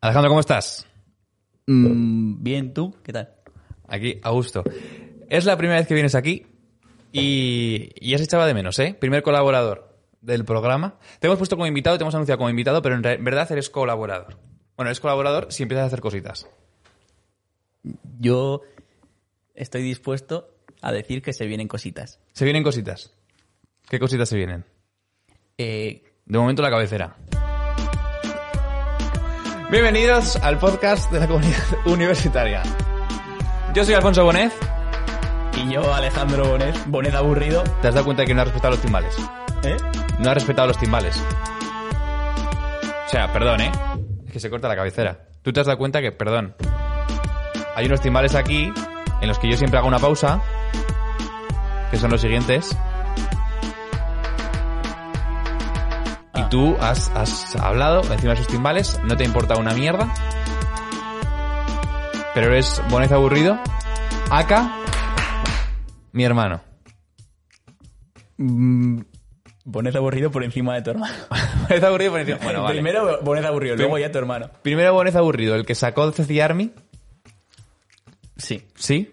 Alejandro, ¿cómo estás? Mm, bien, ¿tú? ¿Qué tal? Aquí, a gusto. Es la primera vez que vienes aquí y, y ya se echaba de menos, ¿eh? Primer colaborador del programa. Te hemos puesto como invitado, te hemos anunciado como invitado, pero en re- verdad eres colaborador. Bueno, eres colaborador si empiezas a hacer cositas. Yo estoy dispuesto a decir que se vienen cositas. Se vienen cositas. ¿Qué cositas se vienen? Eh, De momento la cabecera. Bienvenidos al podcast de la comunidad universitaria. Yo soy Alfonso Bonet. y yo, Alejandro Bonet, Bonet aburrido, ¿Te has dado cuenta de que no has respetado los timbales? ¿eh? No has respetado los timbales. O sea, perdón, ¿eh? Es que se corta la cabecera. Tú te has dado cuenta que, perdón, hay unos timbales aquí en los que yo siempre hago una pausa, que son los siguientes. Y Ah. tú has, has hablado encima de esos timbales, no te importa una mierda. Pero eres bonez aburrido. Acá, mi hermano. Mm, Bonet aburrido por encima de tu hermano. Bonez aburrido por encima- Bueno, vale. Primero Bonet aburrido, luego ya tu hermano. Primero Bonez aburrido, el que sacó de CC Army. Sí, Sí.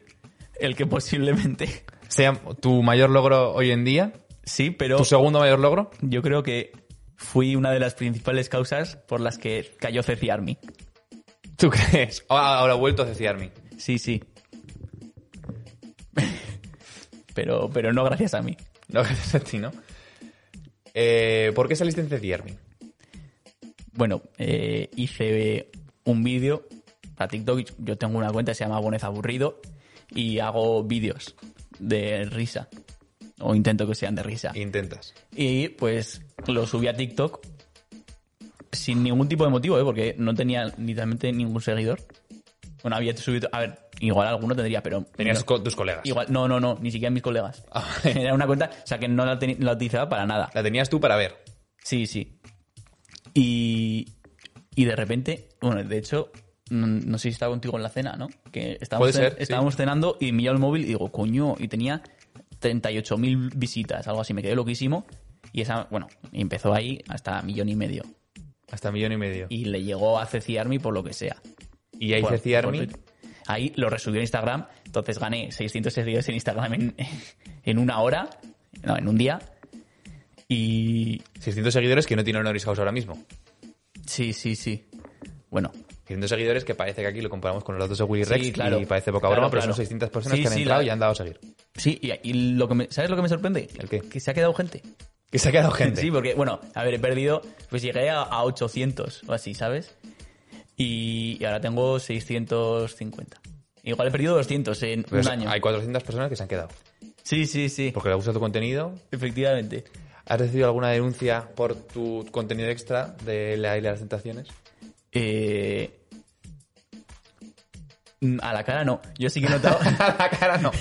el que posiblemente... Sea tu mayor logro hoy en día. Sí, pero Tu segundo mayor logro. yo creo que fui una de las principales causas por las que cayó Ceci Army. ¿Tú crees? Ah, Ahora ha vuelto a CC Army. Sí, sí. pero, pero no gracias a mí. No, gracias a ti, ¿no? Eh, ¿Por qué saliste en CC Army? Bueno, eh, hice eh, un vídeo para TikTok. Yo tengo una cuenta que se llama Bonez Aburrido y hago vídeos de risa. O intento que sean de risa. Intentas. Y pues lo subí a TikTok sin ningún tipo de motivo, ¿eh? porque no tenía literalmente ningún seguidor. Bueno, había subido. A ver, igual alguno tendría, pero. Tenías no. co- tus colegas. Igual, no, no, no, ni siquiera mis colegas. Ah, vale. Era una cuenta, o sea, que no la, teni- la utilizaba para nada. La tenías tú para ver. Sí, sí. Y, y de repente, bueno, de hecho, mm, no sé si estaba contigo en la cena, ¿no? Que estábamos, Puede ser, sí. estábamos cenando y miré el móvil y digo, coño, y tenía 38.000 visitas, algo así, me quedé loquísimo. Y esa, bueno, empezó ahí hasta millón y medio. Hasta millón y medio. Y, Y le llegó a CC Army por lo que sea. ahí Por- CC Army. por Twitter. Ahí lo resubí en Instagram, entonces gané 600 seguidores en Instagram en, en una hora, no, en un día. Y 600 seguidores que no tiene Honoris House ahora mismo. sí, sí, sí. Bueno, 600 seguidores que parece que aquí lo comparamos con los datos de Willy Sí, Rex claro. y parece poca Claro, broma, pero claro. son 600 personas Sí, que han sí, entrado la- y han dado a seguir. sí, y, y lo que me- ¿sabes lo que me sorprende? ¿El qué? Que se ha quedado gente. Que se ha quedado gente. Sí, porque, bueno, a ver, he perdido, pues llegué a, a 800 o así, ¿sabes? Y, y ahora tengo 650. Igual he perdido 200 en Pero un es- año. Pues Hay 400 personas que se han quedado. Sí, sí, sí, Porque le gusta tu contenido, efectivamente. ¿Has recibido alguna denuncia por tu contenido extra de la isla de las tentaciones? Eh, mm, a la cara no. Yo sí que he notado, A la cara no.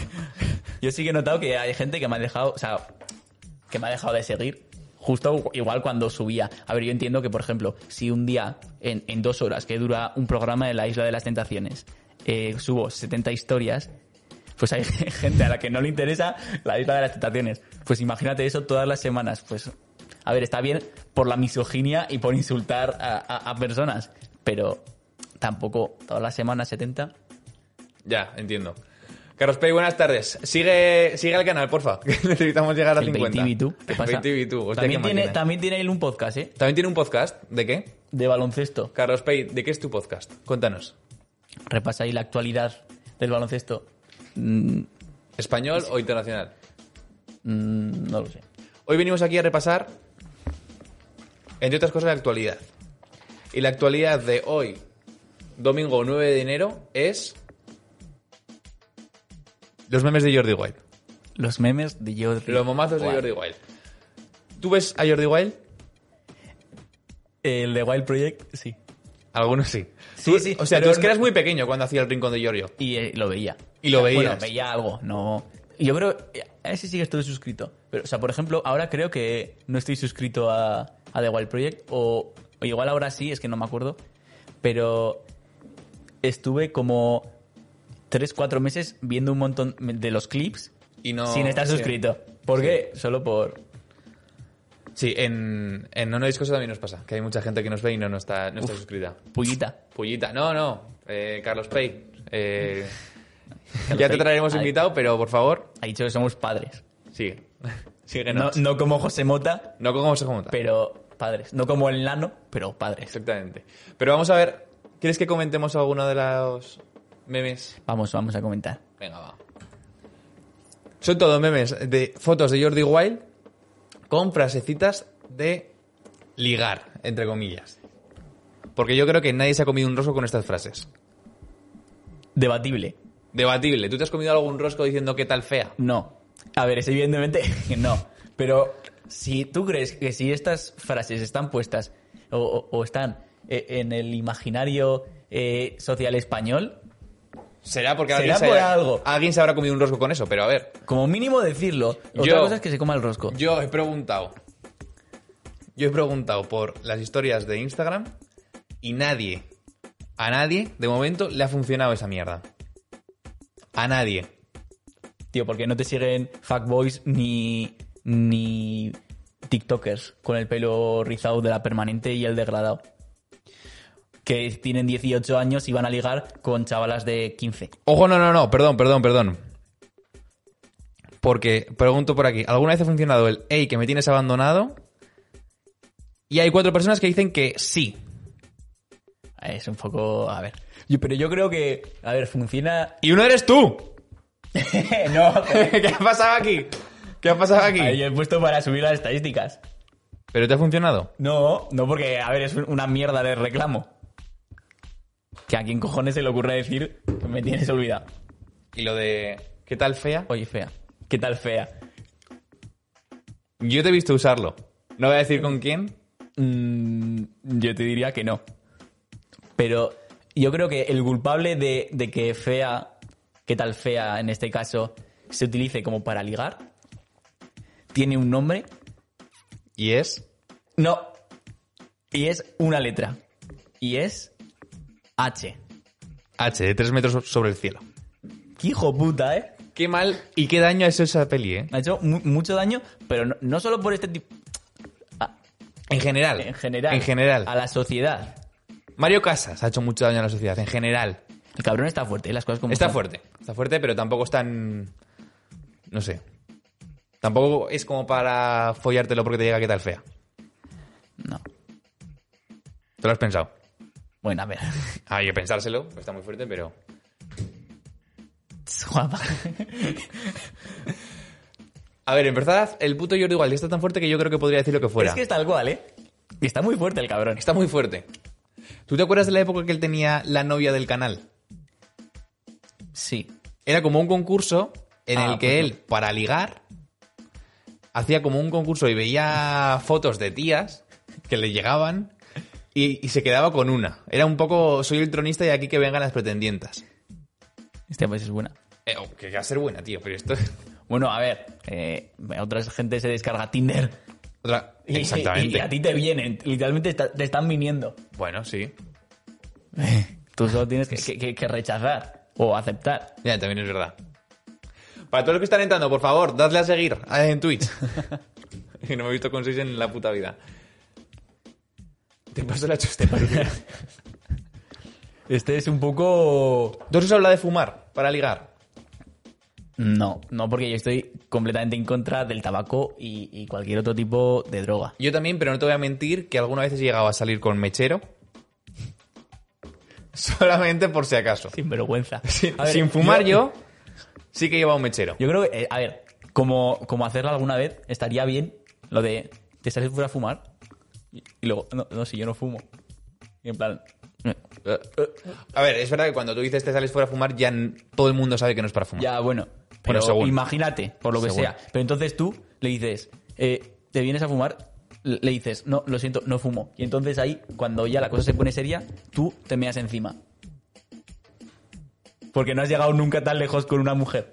yo sí que he notado que hay gente que me ha dejado, o sea, que me ha dejado de seguir. Justo igual cuando subía. A ver, yo entiendo que, por ejemplo, si un día, en, en dos horas que dura un programa de la Isla de las Tentaciones, eh, subo 70 historias, pues hay gente a la que no le interesa la Isla de las Tentaciones. Pues imagínate eso todas las semanas. Pues, a ver, está bien por la misoginia y por insultar a, a- a personas, pero tampoco todas las semanas 70. Ya, entiendo. Carlos Pei, buenas tardes. Sigue, sigue al canal, porfa. que Necesitamos llegar a El 50. BayTV, tú, ¿qué El pasa? BayTV, hostia, también, qué tiene, máquina. también tiene él un podcast, ¿eh? También tiene un podcast. ¿De qué? De baloncesto. Carlos Pei, ¿de qué es tu podcast? Cuéntanos. repasa ahí la actualidad del baloncesto. ¿Español o internacional? Mm, no lo sé. Hoy venimos aquí a repasar, entre otras cosas, la actualidad. Y la actualidad de hoy, domingo 9 de enero, es... Los memes de Jordi White. Los memes de Jordi. Los momazos de Wild. Jordi Wild. ¿Tú ves a Jordi Wild? El de Wild Project, sí. Algunos sí. Sí, Tú- sí, O sea, tú pero es que no- eras muy pequeño cuando hacía el rincón de Giorgio. Y eh, lo veía. Y lo Bueno, veías. veía algo, no. Yo creo. eh, A ese sí que estuve suscrito. Pero, o sea, por ejemplo, ahora creo que no estoy suscrito a, a The Wild Project. O, o igual ahora sí, es que no me acuerdo. Pero estuve como 3-4 meses viendo un montón de los clips Y no... sin estar sí. suscrito. ¿Por qué? Solo por. O Sí, en, en No No Discos también nos pasa, que hay mucha gente que nos ve y no, no está, no está suscrita. Pullita. Pullita, no, no, eh, Carlos Pei. eh, Carlos ya te Pei. traeremos Ahí. invitado, pero por favor, Ha dicho que somos padres. sigue. No, Síguenos. No, no como José Mota, como se monta. pero padres. No como el nano, pero padres. Exactamente. Pero vamos a ver, ¿quieres que comentemos alguno de los memes? Vamos, vamos a comentar. Venga, va. Son todos memes de fotos de Jordi Wild con frasecitas de ligar, entre comillas. Porque yo creo que nadie se ha comido un rosco con estas frases. Debatible. Debatible. ¿Tú te has comido algún rosco diciendo qué tal fea? No. A ver, es evidentemente que no. Pero si tú crees que si estas frases están puestas o, o- o están eh, en el imaginario eh, social español, Será porque Será alguien, se por haya- algo. alguien se habrá comido un rosco con eso, pero a ver. como mínimo decirlo, otra Yo- cosa es que se coma el rosco. Yo he preguntado. Yo he preguntado por las historias de Instagram y nadie, a nadie, de momento, le ha funcionado esa mierda. A nadie. Tío, porque no te siguen fuckboys ni, ni tiktokers con el pelo rizado de la permanente y el degradado. Que tienen 18 años y van a ligar con chavalas de 15. Ojo, no, no, no, perdón, perdón, perdón. Porque, pregunto por aquí, ¿alguna vez ha funcionado el hey, que me tienes abandonado? Y hay cuatro personas que dicen que sí. Es un poco... A ver. Yo- pero yo creo que... A ver, funciona... ¡Y uno eres tú! no. ¿Qué ha pasado aquí? ¿Qué ha pasado aquí? Ahí he puesto para subir las estadísticas. ¿Pero te ha funcionado? No, no porque, a ver, es un- una mierda de reclamo. Que a quien cojones se le ocurre decir que me tienes olvidado. Y lo de ¿qué tal fea? Oye, fea. ¿Qué tal fea? Yo te he visto usarlo. No voy a decir con quién. Mm, yo te diría que no. Pero yo creo que el culpable de, de que fea, qué tal fea en este caso, se utilice como para ligar, tiene un nombre. Y es. No. Y es una letra. Y es H. H, de 3 metros so- sobre el cielo. Qué hijo puta, ¿eh? Qué mal y qué daño ha hecho esa peli, ¿eh? Ha hecho mu- mucho daño, pero no, no solo por este tipo, En general. en general. En general. A la sociedad. Mario Casas ha hecho mucho daño a la sociedad, en general. El cabrón está fuerte, ¿eh? las cosas como Está son. fuerte. Está fuerte, pero tampoco es tan. No sé. Tampoco es como para follártelo porque te llega qué tal fea. No. ¿Te lo has pensado? Bueno, a ver. Hay que pensárselo, pues está muy fuerte, pero. Guapa. A ver, en verdad, el puto Jordi igual está tan fuerte que yo creo que podría decir lo que fuera. Es que es tal cual, ¿eh? Y está muy fuerte el cabrón. Está muy fuerte. ¿Tú te acuerdas de la época que él tenía la novia del canal? Sí. Era como un concurso en Ah, el que pues él, para ligar, hacía como un concurso y veía fotos de tías que le llegaban y, y se quedaba con una. Era un poco, soy el tronista y aquí que vengan las pretendientas. Este pues es buena. Eh, oh, que va a ser buena, tío, pero esto... Bueno, a ver. Eh, otra gente se descarga Tinder. Otra- Y- Exactamente. Y, a ti te vienen. Literalmente está- te están viniendo. Bueno, sí. Tú solo tienes que, que- que- que rechazar o aceptar. Ya, también es verdad. Para todos los que están entrando, por favor, dadle a seguir eh, en Twitch. que no me he visto con 6 en la puta vida. Te paso la chusta. Este es un poco. ¿Tú se habla de fumar para ligar? No, no, porque yo estoy completamente en contra del tabaco y, y cualquier otro tipo de droga. Yo también, pero no te voy a mentir que alguna vez he llegado a salir con mechero. Solamente por si acaso. Sin vergüenza. Sin, sin fumar yo, sí que he llevado un mechero. Yo creo que, eh, a ver, como, como hacerlo alguna vez, estaría bien lo de te sales fuera a fumar y, y luego, no, no, si yo no fumo. Y en plan, eh, A ver, es verdad que cuando tú dices te sales fuera a fumar, ya n- todo el mundo sabe que no es para fumar. ya, bueno. Pero Mm. según. imagínate, por lo que Según. sea. Pero entonces tú le dices, eh, te vienes a fumar, le le dices, no, lo siento, no fumo. Y entonces ahí, cuando ya la cosa se pone seria, tú te meas encima. Porque no has llegado nunca tan lejos con una mujer.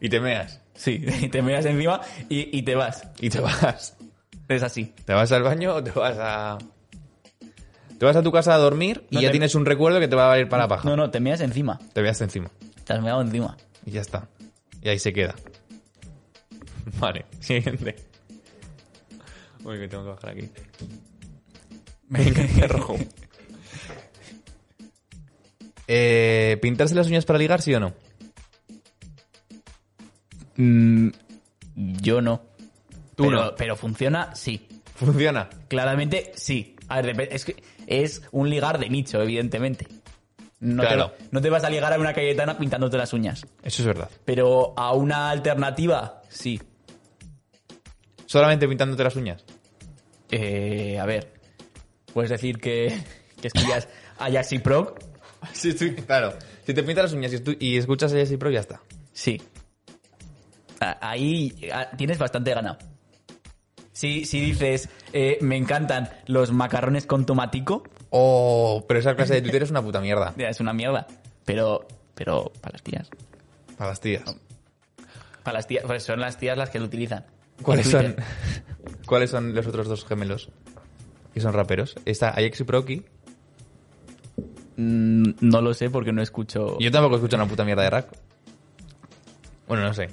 Y te meas. Sí, te meas encima y, y te vas. Y te vas. Es así. ¿Te vas al baño o te vas a.? Te vas a tu casa a dormir y No ya te- tienes un recuerdo que te va a valer para la paja. No, no, te meas encima. Te veas encima. Te has meado encima. Y ya está. Y ahí se queda. Vale, siguiente. Uy, que tengo que bajar aquí. Me encanta el rojo. Eh, ¿Pintarse las uñas para ligar, sí o no? Mm, yo no. Tú Pero- no. Pero funciona, sí. Funciona. Claramente, sí. A ver, dep- es que es un ligar de nicho, evidentemente. No, Claro. te, no te vas a ligar a una Cayetana pintándote las uñas. Eso es verdad. Pero a una alternativa, sí. Solamente pintándote las uñas. Eh, a ver. Puedes decir que, que estudias Ajax y Proc. Sí, sí, claro. Si te pintas las uñas y, estu- y escuchas a Jesse Pro, ya está. Sí. A- Ahí a- tienes bastante ganado. Si, si dices, eh, me encantan los macarrones con tomatico, Oh, pero esa clase de Twitter es una puta mierda. ya, es una mierda. Pero, pero para las tías. Para las tías. Para las tías, pues son las tías las que lo utilizan. ¿Cuáles En son, Twitter. ¿Cuáles son los otros dos gemelos? Que son raperos. Está Ajax y Proki. Mm, No lo sé porque no escucho Yo tampoco escucho una puta mierda de rap. Bueno, no sé.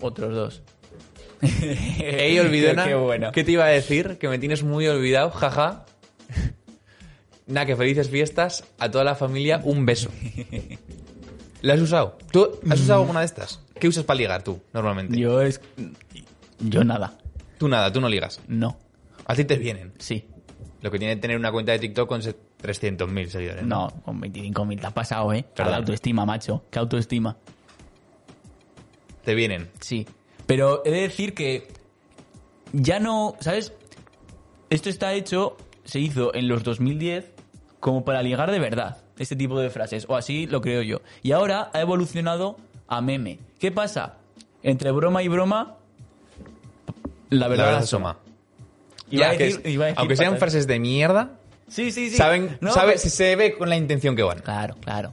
otros dos. Ey, olvidona. Eh, Qué bueno. ¿Qué te iba a decir? Que me tienes muy olvidado, jaja. Nada, que felices fiestas. A toda la familia, un beso. ¿La has usado? ¿Tú has usado alguna de estas? ¿Qué usas para ligar tú, normalmente? Yo es. Yo nada. Tú nada, tú no ligas. No. A ti te vienen. Sí. Lo que tiene tener una cuenta de TikTok con se- 300.000 seguidores. No, con 25.000 te ha pasado, ¿eh? A Perdón. la autoestima, macho. ¿Qué autoestima? Te vienen. Sí. Pero he de decir que ya no, ¿sabes? Esto está hecho, se hizo en los 2010 como para ligar de verdad este tipo de frases, o así lo creo yo. Y ahora ha evolucionado a meme. ¿Qué pasa? Entre broma y broma, la verdad, la verdad asoma. asoma. Iba a Ya, que decir- es- iba a decir aunque sean fatal. frases de mierda, Sí, sí, sí. saben, No, sabe- pues- se, se ve con la intención que van. Claro, claro.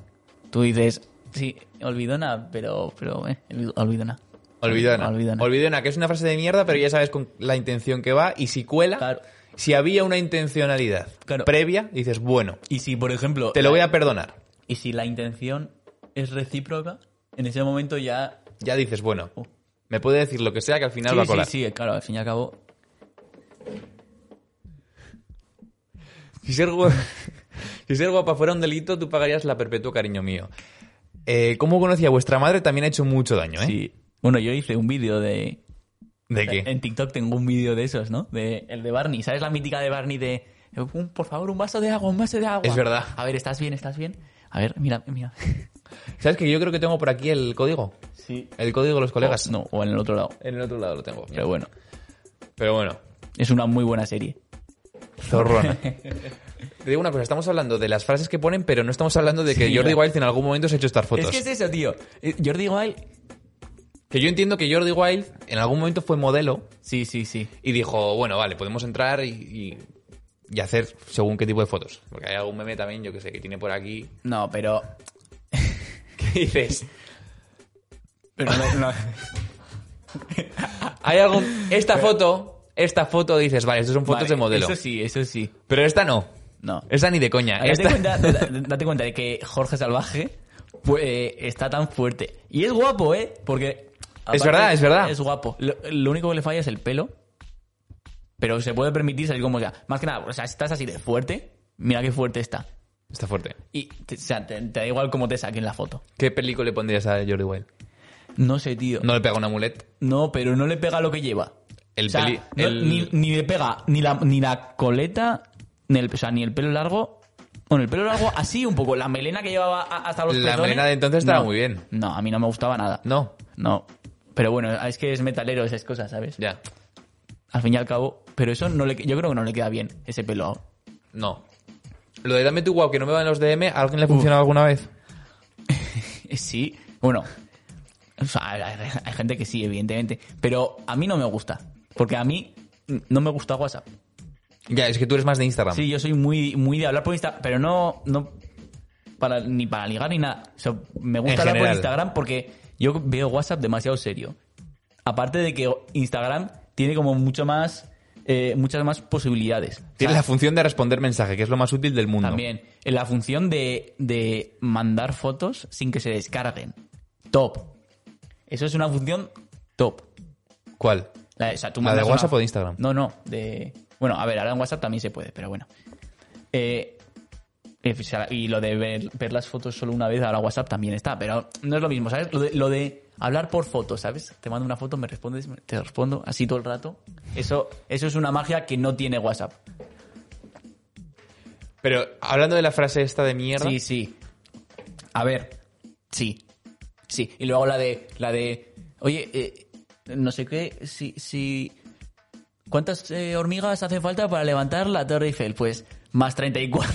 Tú dices, sí, olvidona, pero, pero, eh, olvidona. Olvidona. Olvidona. Olvidona. que es una frase de mierda, pero ya sabes con la intención que va. Y si cuela, Claro. si había una intencionalidad Claro. previa, dices, bueno, Y si, por ejemplo, te lo voy a perdonar. Y si la intención es recíproca, en ese momento ya. Ya dices, bueno, Oh. me puede decir lo que sea que al final Sí, va a sí, colar. sí, claro, al fin y al cabo. Si, ser guapa, si ser guapa fuera un delito, tú pagarías la perpetua, cariño mío. Eh, ¿Cómo conocía vuestra madre? También ha hecho mucho daño, ¿eh? Sí. Bueno, yo hice un vídeo de. ¿De qué? En TikTok tengo un vídeo de esos, ¿no? De, el de Barney. ¿Sabes la mítica de Barney de. "Un- por favor, un vaso de agua, un vaso de agua? Es verdad. A ver, ¿estás bien? ¿Estás bien? A ver, mira, mira. ¿Sabes que yo creo que tengo por aquí el código? Sí. El código de los colegas. Oh, no, o en el otro lado. En el otro lado lo tengo. Pero bueno, Pero bueno, es una muy buena serie. zorrona. Te digo una cosa, estamos hablando de las frases que ponen, pero no estamos hablando de que Sí, Jordi no. Wild en algún momento se ha hecho estas fotos. Es que es eso, tío. Eh, Jordi Wild. Que yo entiendo que Jordi Wild en algún momento fue modelo Sí, sí, sí. y dijo, bueno, vale, podemos entrar y, y- y hacer según qué tipo de fotos. Porque hay algún meme también, yo que sé, que tiene por aquí. No, pero. ¿Qué dices? Pero no- no. Hay algún... Esta foto, esta foto dices, vale, estas son fotos Vale, de modelo. Eso sí, eso sí. Pero esta no. No. Esta ni de coña. Ahora, Esta... Date cuenta, date- date cuenta de que Jorge Salvaje pues, eh, está tan fuerte. Y es guapo, ¿eh? Porque. aparte, verdad, es verdad. Es guapo. Lo, lo único que le falla es el pelo. Pero se puede permitir salir como sea. Más que nada, o sea, si estás así de fuerte, mira qué fuerte está. Está fuerte. Y te, o sea, te- te da igual cómo te saquen la foto. ¿Qué película le pondrías a Jordi Wild? No sé, tío. No, No le pega un amulet. pero no le pega lo que lleva. El O sea, peli- no- el- ni, ni le pega ni la, ni la coleta, ni el, o sea, ni el pelo largo. Bueno, el pelo largo así un poco. La melena que llevaba a- hasta los La pezones, melena de entonces estaba no. muy bien. No, a mí no me gustaba nada. No, No. Pero bueno, es que es metalero esas cosas, ¿sabes? ya. Al fin y al cabo. Pero eso no le, yo creo que no le queda bien, ese pelo. ahora. No. Lo de dame tu guau que no me van los DM, ¿a alguien le ha funcionado alguna vez? Sí. Bueno. o sea, hay, hay- hay gente que sí, evidentemente. Pero a mí no me gusta. Porque a mí no me gusta WhatsApp. Ya, es que tú eres más de Instagram. Sí, yo soy muy, muy de hablar por Instagram, pero no, no para, ni para ligar ni nada. O sea, me En gusta hablar por general. Instagram porque yo veo WhatsApp demasiado serio. Aparte de que Instagram tiene como mucho más, eh, muchas más posibilidades. O Tienes sea, la función de responder mensaje, que es lo más útil del mundo. también en la función de, de mandar fotos sin que se descarguen. Top. Eso es una función top. ¿Cuál? La, o sea, tú ¿La de mandas una- WhatsApp o de Instagram? No, no. De... Bueno, a ver, ahora en WhatsApp también se puede, pero bueno. Eh, eh, o sea, y lo de ver, ver las fotos solo una vez ahora WhatsApp también está, pero no es lo mismo, ¿sabes? Lo de, lo de hablar por fotos, ¿sabes? Te mando una foto, me respondes, me- te respondo así todo el rato. Eso, eso es una magia que no tiene WhatsApp. Pero hablando de la frase esta de mierda. Sí, sí. A ver. Sí. Sí. Y luego la de. La de. Oye, eh, no sé qué. Si. si ¿Cuántas eh, hormigas hace falta para levantar la Torre Eiffel? Pues más 34.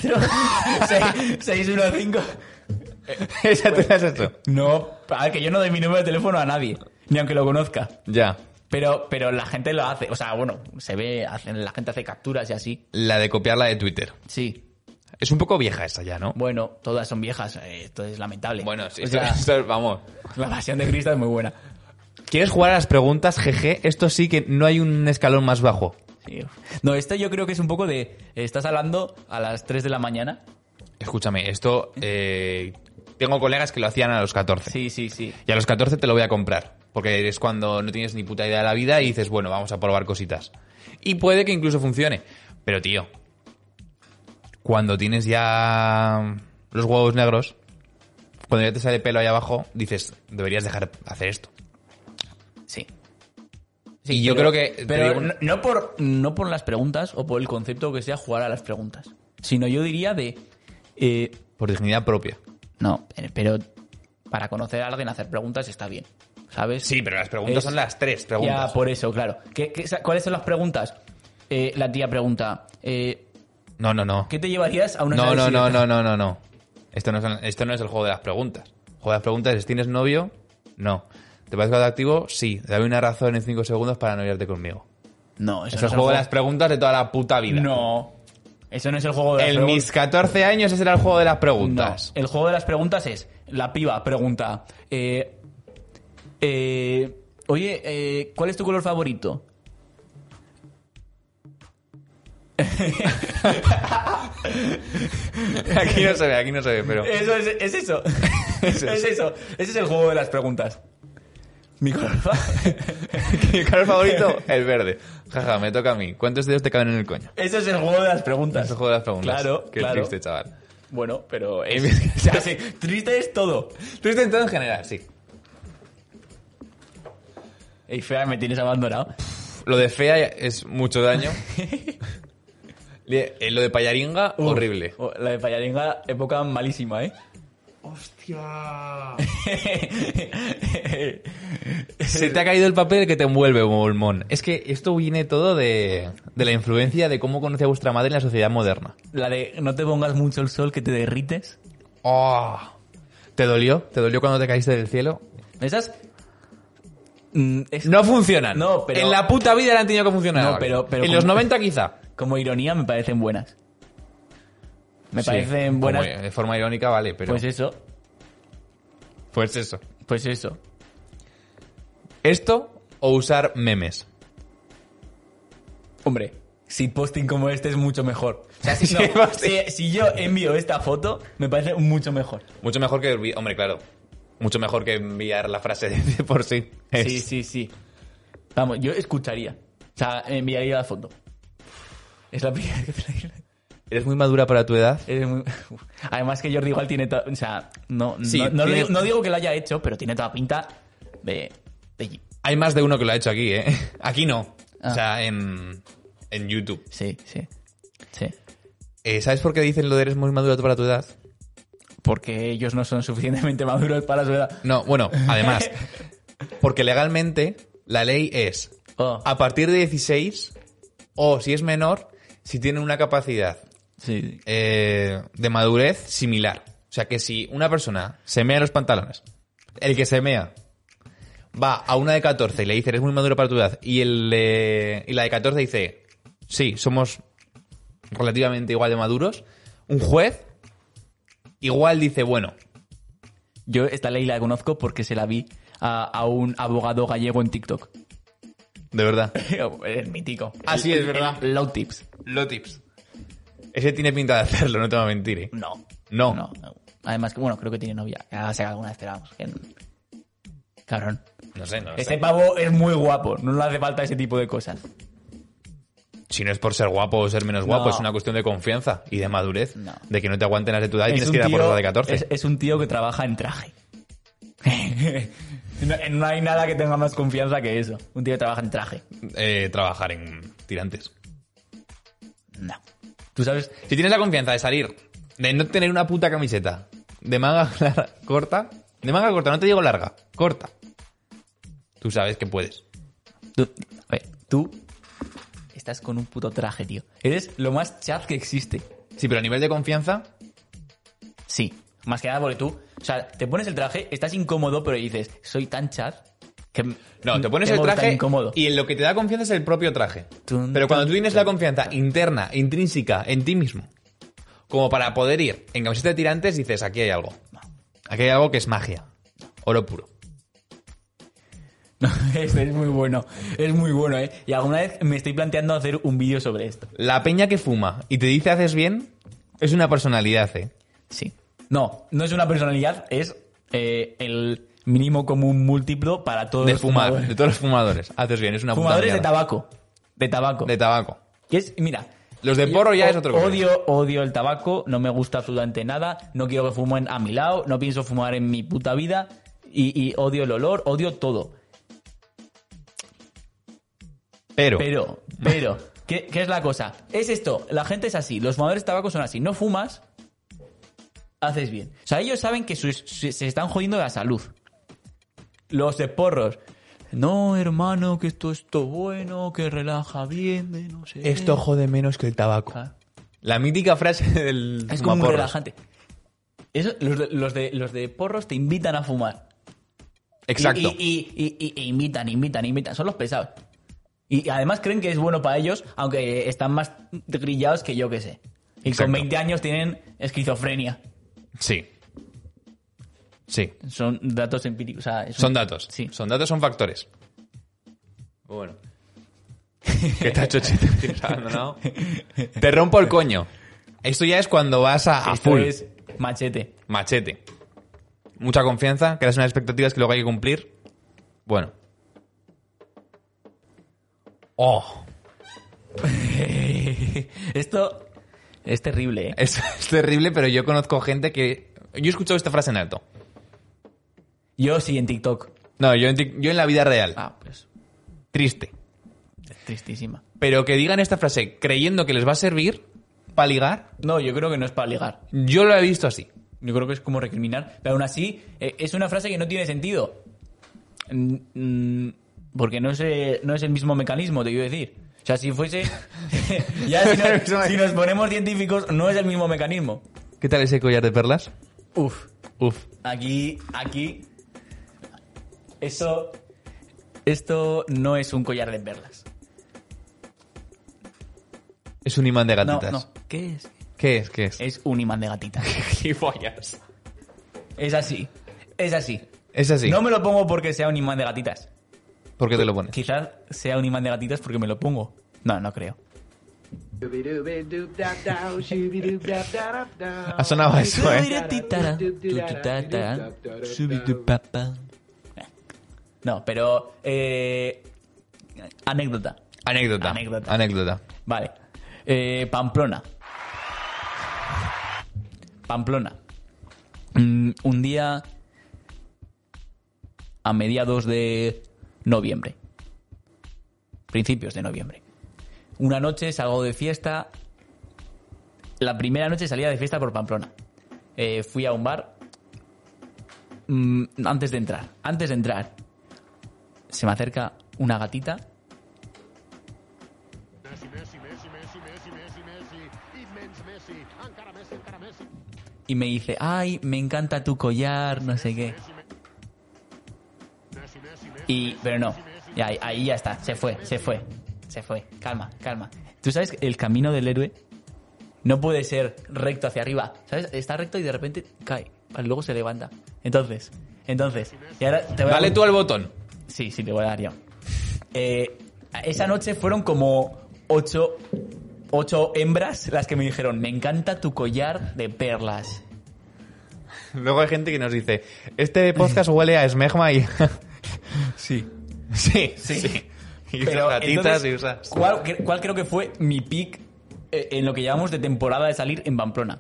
615. Esa te la has hecho. No, a ver, que yo no doy mi número de teléfono a nadie. Ni aunque lo conozca. Ya. Pero, pero la gente lo hace. O sea, bueno, se ve. hacen- la gente hace capturas y así. La de copiarla de Twitter. Sí. Es un poco vieja esa ya, ¿no? Bueno, todas son viejas. eh, Esto es lamentable. O esto- sea, esto- vamos. La pasión de Cristo es muy buena. ¿Quieres jugar a las preguntas, GG? Esto sí que no hay un escalón más bajo. Sí. No, esta yo creo que es un poco de. Estás hablando a las 3 de la mañana. Escúchame, esto. eh, tengo colegas que lo hacían a los 14. Sí, sí, sí. Y a los 14 te lo voy a comprar. Porque es cuando no tienes ni puta idea de la vida y dices, bueno, vamos a probar cositas. Y puede que incluso funcione. Pero, tío, cuando tienes ya los huevos negros, cuando ya te sale pelo ahí abajo, dices, deberías dejar hacer esto. Sí. y yo pero- creo que... te digo- Pero no, no por, no por las preguntas o por el concepto que sea jugar a las preguntas. Sino yo diría de. eh, por dignidad propia. no, eh, pero para conocer a alguien hacer preguntas está bien. ¿Sabes? Sí, pero las preguntas Es- son las tres preguntas. Ya, por eso, claro. ¿Qué- qué- ¿Cuáles son las preguntas? Eh, la tía pregunta. eh, No, no, no. ¿Qué te llevarías a una No, isla no, no, desierta? no, no, no, no. Esto no, es, esto no es el juego de las preguntas. El juego de las preguntas es, ¿tienes novio? No. ¿Te parece atractivo? Sí. Dame una razón en cinco segundos para no irte conmigo. No, eso Es no el es juego de el las preguntas de toda la puta vida. No. Eso no es el juego de las En preguntas. mis 14 años ese era el juego de las No, preguntas. el juego de las preguntas es, la piba pregunta, eh, eh, oye, eh, ¿cuál es tu color favorito? Aquí no se ve, aquí no se ve, pero... Eso es, es eso. es eso. Ese es el juego de las preguntas. Mi color favorito. Mi color favorito, el verde. Jaja, me toca a mí. ¿Cuántos dedos te caben en el coño? Eso es el juego de las preguntas. Es el juego de las preguntas. Claro, Qué claro. triste, chaval. Bueno, pero es- o sea, sí, triste es todo. Triste en todo en general, sí. Y fea, me tienes abandonado. Lo de fea es mucho daño. Eh, Lo de payaringa, Uf, oh, horrible. La de Payaringa, época malísima, ¿eh? ¡Hostia! Se te ha caído el papel que te envuelve, Molmón. Es que esto viene todo de, de la influencia de cómo conoce a vuestra madre en la sociedad moderna. La de no te pongas mucho el sol que te derrites. Oh. ¿Te dolió? ¿Te dolió cuando te caíste del cielo? Esas. mm, es- No funcionan. No, pero- En la puta vida le han tenido que funcionar. No, pero- pero en como- los 90 quizá. Como ironía me parecen buenas. Me Sí, parecen buenas. como de forma irónica, vale, pero... Pues eso. pues eso. Pues eso. ¿Esto o usar memes? Hombre, si posting como este es mucho mejor. O sea, si, no, Shitposting. si- si yo envío esta foto, me parece mucho mejor. Mucho mejor que... olvi- Hombre, claro. Mucho mejor que enviar la frase de por sí. Es- Sí, sí, sí. Vamos, yo escucharía. O sea, enviaría la foto. Es la primera que te la digo. ¿Eres muy madura para tu edad? Eres muy- Además que Jordi igual tiene... to- O sea, no, Sí, no, no tiene- digo, no digo que lo haya hecho, pero tiene toda pinta de... de- Hay más de uno que lo ha hecho aquí, ¿eh? Aquí no. Ah. O sea, en, en YouTube. Sí, sí. Sí. Eh, ¿Sabes por qué dicen lo de eres muy maduro para tu edad? Porque ellos no son suficientemente maduros para su edad. No, bueno, además. porque legalmente la ley es Oh. a partir de 16 o si es menor, si tiene una capacidad Sí. eh, de madurez similar. O sea, que si una persona se mea los pantalones, el que se mea va a una de 14 y le dice, eres muy maduro para tu edad, y, el, de- y la de 14 dice, sí, somos relativamente igual de maduros, un juez igual dice, bueno, Yo esta ley la conozco porque se la vi a, a un abogado gallego en TikTok. de verdad. Es mítico. Así es, ¿verdad? El Low tips. Lo tips. Ese tiene pinta de hacerlo, no te voy a mentir. ¿eh? No. No. No, no. Además que, bueno, creo que tiene novia. Ah, se alguna esperábamos. Cabrón. No sé, no Este sé. pavo es muy guapo, no le hace falta ese tipo de cosas. Si no es por ser guapo o ser menos guapo, No. es una cuestión de confianza y de madurez. No. De que no te aguanten las de tu edad y Es tienes un que ir a por tío- otra de 14. Es, es un tío que trabaja en traje. no, no hay nada que tenga más confianza que eso. Un tío que trabaja en traje. Eh, trabajar en tirantes. No. Tú sabes, Si tienes la confianza de salir, de no tener una puta camiseta de manga larga- corta, de manga corta, no te digo larga, corta. Tú sabes que puedes. tú, a ver, tú estás con un puto traje, tío. Eres lo más chat que existe. Sí, pero a nivel de confianza, Sí. Más que nada porque tú, o sea, te pones el traje, estás incómodo, pero dices, soy tan chat que No, te pones el vuelvo tan traje incómodo. y lo que te da confianza es el propio traje. Tun, Pero cuando tun, tú tienes la confianza interna, intrínseca, en ti mismo, como para poder ir en camiseta de tirantes, dices, aquí hay algo. Aquí hay algo que es magia. Oro puro. No, este es muy bueno, es muy bueno, ¿eh? Y alguna vez me estoy planteando hacer un vídeo sobre esto. La peña que fuma y te dice haces bien, es una personalidad, ¿eh? Sí. No, no es una personalidad, es eh, el mínimo común múltiplo para todos De los fumar, de fumadores, todos los fumadores. Haces bien, es una puta Fumadores de mierda. tabaco. De tabaco. De tabaco. Que es, mira. Los de yo porro ya o- es otro rollo. Odio, odio el tabaco, no me gusta absolutamente nada, no quiero que fumen a mi lado, no pienso fumar en mi puta vida y, y odio el olor, odio todo. Pero, Pero, pero, ¿qué, qué es la cosa? Es esto, la gente es así, los fumadores de tabaco son así, no fumas, haces bien. O sea, ellos saben que sus- se se están jodiendo la salud. Los de porros. No, hermano, que esto es todo bueno, que relaja bien, de no sé. qué". esto jode menos que el tabaco. Ah. La mítica frase del Es como un fumaporros. relajante. Eso, los, de, los, de, los de porros te invitan a fumar. Exacto. Y, y- y- y- y- e invitan, invitan, invitan. Son los pesados. Y además creen que es bueno para ellos, aunque están más grillados que yo que sé. Y Exacto. con 20 años tienen esquizofrenia. Sí. Sí. Son datos empíricos. o sea, es un- Son datos. Sí. Son datos, son factores. Bueno. ¿Qué te ha hecho chiste? ¿Tienes abandonado? Te rompo el coño. Esto ya es cuando vas a, a Esto full. es machete. Machete. Mucha confianza, creas unas expectativas que luego hay que cumplir. Bueno. Oh, Esto es terrible, ¿eh? es, es terrible, pero yo conozco gente que... Yo he escuchado esta frase en alto. Yo sí en TikTok. No, yo en, tic- yo en la vida real. Ah, pues. Triste. Tristísima. Pero que digan esta frase creyendo que les va a servir para ligar, No, yo creo que no es para ligar. yo lo he visto así. Yo creo que es como recriminar. Pero aún así, eh, es una frase que no tiene sentido. Mm, mm, Porque no es, eh, no es el mismo mecanismo, te quiero decir. O sea, si fuese... ya si, no- si nos ponemos científicos, no es el mismo mecanismo. ¿Qué tal ese collar de perlas? Uf, Uf. aquí, aquí... Eso... Esto no es un collar de perlas. Es un imán de No, gatitas. no. ¿Qué es? ¿Qué es? ¿Qué es? Es un imán de gatitas. Es así. Es así. Es así. No me lo pongo porque sea un imán de gatitas. ¿Por qué te lo pones? Quizás sea un imán de gatitas porque me lo pongo. No, no creo. Ha sonado eso, ¿eh? No, pero... eh, anécdota. Anécdota. Anécdota. Anécdota. Vale. Eh, Pamplona. Pamplona. Mm, un día a mediados de noviembre. Principios de noviembre. Una noche salgo de fiesta. La primera noche salía de fiesta por Pamplona. Eh, fui a un bar. Mm, antes de entrar. Antes de entrar. Se me acerca una gatita Messi, Messi, Messi, Messi, Messi, Messi, Messi, immens Messi, encara Messi, encara Messi. y me dice, ay, me encanta tu collar, no sé qué. Messi, Messi, Messi. Y, pero no, Y ahí, ahí ya está, se fue, se fue, se fue. Calma, calma. Tú sabes que el camino del héroe no puede ser recto hacia arriba, ¿sabes? Está recto y de repente cae, vale, luego se levanta. Entonces, entonces, y ahora te voy a- Dale tú al botón. Sí, sí, te voy a dar yo. Eh, esa noche fueron como ocho, ocho hembras las que me dijeron, me encanta tu collar de perlas. Luego hay gente que nos dice, este podcast huele a esmegma y... Sí. Sí, sí. Y usas Pero, gatitas entonces, y usas... ¿cuál, cre- cuál creo que fue mi pick eh, en lo que llamamos de temporada de salir en Pamplona?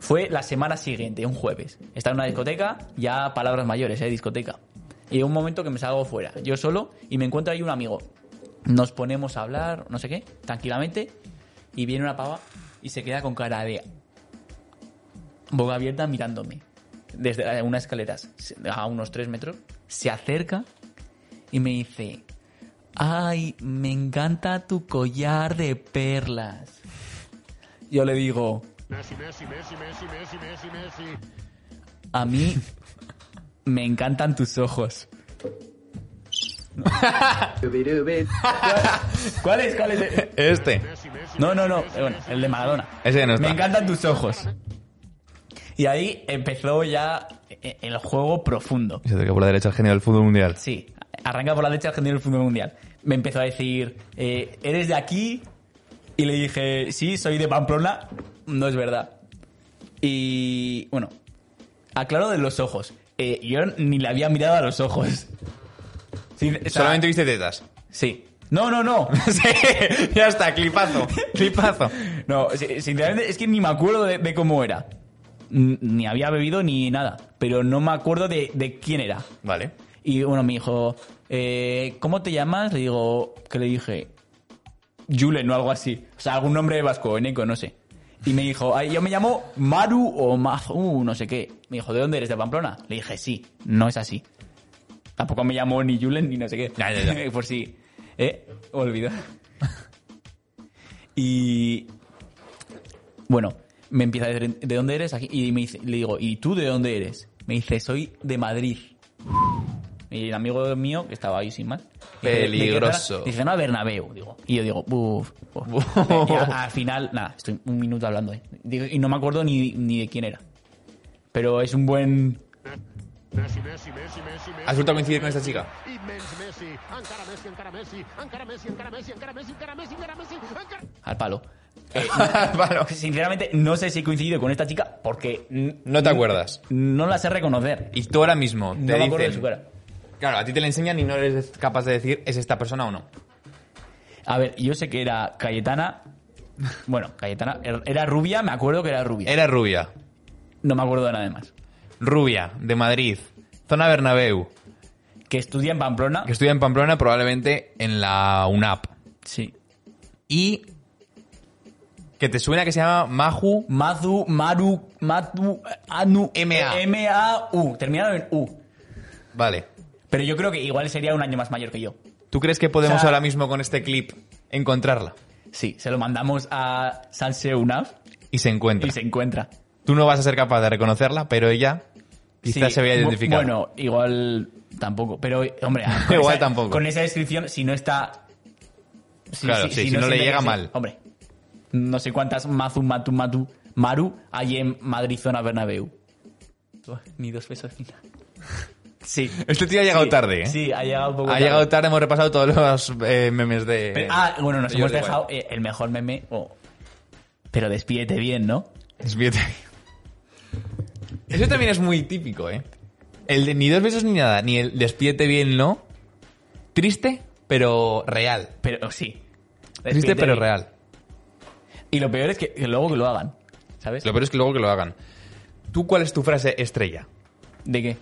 Fue la semana siguiente, un jueves. Estaba en una discoteca, ya palabras mayores, ¿eh? Discoteca. Y un momento que me salgo fuera, yo solo, y me encuentro ahí un amigo. Nos ponemos a hablar, no sé qué, tranquilamente, y viene una pava y se queda con cara de boca abierta mirándome desde la- unas escaleras se- a unos 3 metros, se acerca y me dice, ay, me encanta tu collar de perlas. Yo le digo, Messi, Messi, Messi, Messi, Messi, Messi, Messi. a mí me encantan tus ojos. ¿Cuál es? ¿Cuál es? Este. Messi, Messi, No, no, no, eh, bueno, el de Maradona. Ese no está. Me encantan tus ojos. Y ahí empezó ya eh, el juego profundo. Se acerca por la derecha el genio del fútbol mundial. Sí, arranca por la derecha argentino del fútbol mundial. Me empezó a decir, eh, ¿eres de aquí? Y le dije, sí, soy de Pamplona. No es verdad. Y bueno, aclaro de los ojos. Eh, yo ni le había mirado a los ojos. Sí, o sea, Solamente viste tetas. Sí. No, no, no. sí, ya está, clipazo. Clipazo. No, si- sinceramente es que ni me acuerdo de, de cómo era. N- Ni había bebido ni nada. Pero no me acuerdo de- de quién era. Vale. Y uno me dijo, eh, ¿cómo te llamas? Le digo, que le dije, Julen o algo así. O sea, algún nombre vasco, eneco, no sé. Y me dijo, "Ay, yo me llamo Maru o Mazu, no sé qué. Me dijo, ¿de dónde eres? ¿De Pamplona? Le dije, sí, no es así. Tampoco me llamó ni Julen ni no sé qué. Ya, ya, ya. Por si. ¿Eh? Olvido. y. Bueno, me empieza a decir, ¿de dónde eres? Aquí, y me dice- le digo, ¿y tú de dónde eres? Me dice, soy de Madrid. Y el amigo mío, que estaba ahí sin más. dice, ¿de- de qué Peligroso. zona? Dice, no, a Bernabéu, digo. Y yo digo, uff. al final, nada, estoy un minuto hablando. eh. Digo, y no me acuerdo ni, ni de quién era. Pero es un buen... Messi, Messi, Messi, Messi, Messi. ¿Has vuelto a coincidir con esta chica? Y Messi, Messi, encara Messi, encara Messi, encara Messi, encara Messi, encara Messi, encara Messi, encara Messi, encara... Al palo. Eh, Sinceramente, no sé si he coincidido con esta chica porque n- No te acuerdas. no la sé reconocer. Y tú ahora mismo te No me acuerdo de dicen- su cara. Claro, a ti te la enseñan y no eres capaz de decir es esta persona o no. A ver, yo sé que era Cayetana. Bueno, Cayetana. er- Era rubia, me acuerdo que era rubia. Era rubia. Eh. No me acuerdo de nada más. Rubia, de Madrid. Zona Bernabéu. Que estudia en Pamplona. Que estudia en Pamplona probablemente en la UNAP. Sí. Y... Que te suena que se llama Maju... Mazu, Maru, Matu, eh, Anu. M.A.. M-A-U. Terminado en U. Vale. Pero yo creo que igual sería un año más mayor que yo. ¿Tú crees que podemos O sea- ahora mismo con este clip encontrarla? Sí, se lo mandamos a Sanseunaf Y se encuentra. y se encuentra. Tú no vas a ser capaz de reconocerla, pero ella quizás Sí, se vea bu- identificada. Bueno, igual tampoco. Pero, hombre, con Igual esa, tampoco. Con esa descripción, si no está. Claro, sí, si no se le me- llega sí, mal. Hombre, no sé cuántas Mazu, Matu, Matu, Maru hay en Madrid, zona Bernabéu. Buah, Ni dos pesos ni nada. Sí. Este tío ha llegado Sí, tarde, ¿eh? Sí, ha llegado un poco Ha tarde. llegado tarde, hemos repasado todos los eh, memes de... Pero- ah, bueno, nos Yo hemos digo, dejado eh, el mejor meme. oh. Pero despídete bien, ¿no? Despídete. Eso también es muy típico, ¿eh? El de ni dos besos ni nada, ni el despídete bien, no. Triste, pero real. Pero oh, sí. Triste, Despídete pero bien. real. Y lo peor es que, que luego que lo hagan. ¿Sabes? Lo peor es que luego que lo hagan. ¿Tú cuál es tu frase estrella ¿De qué?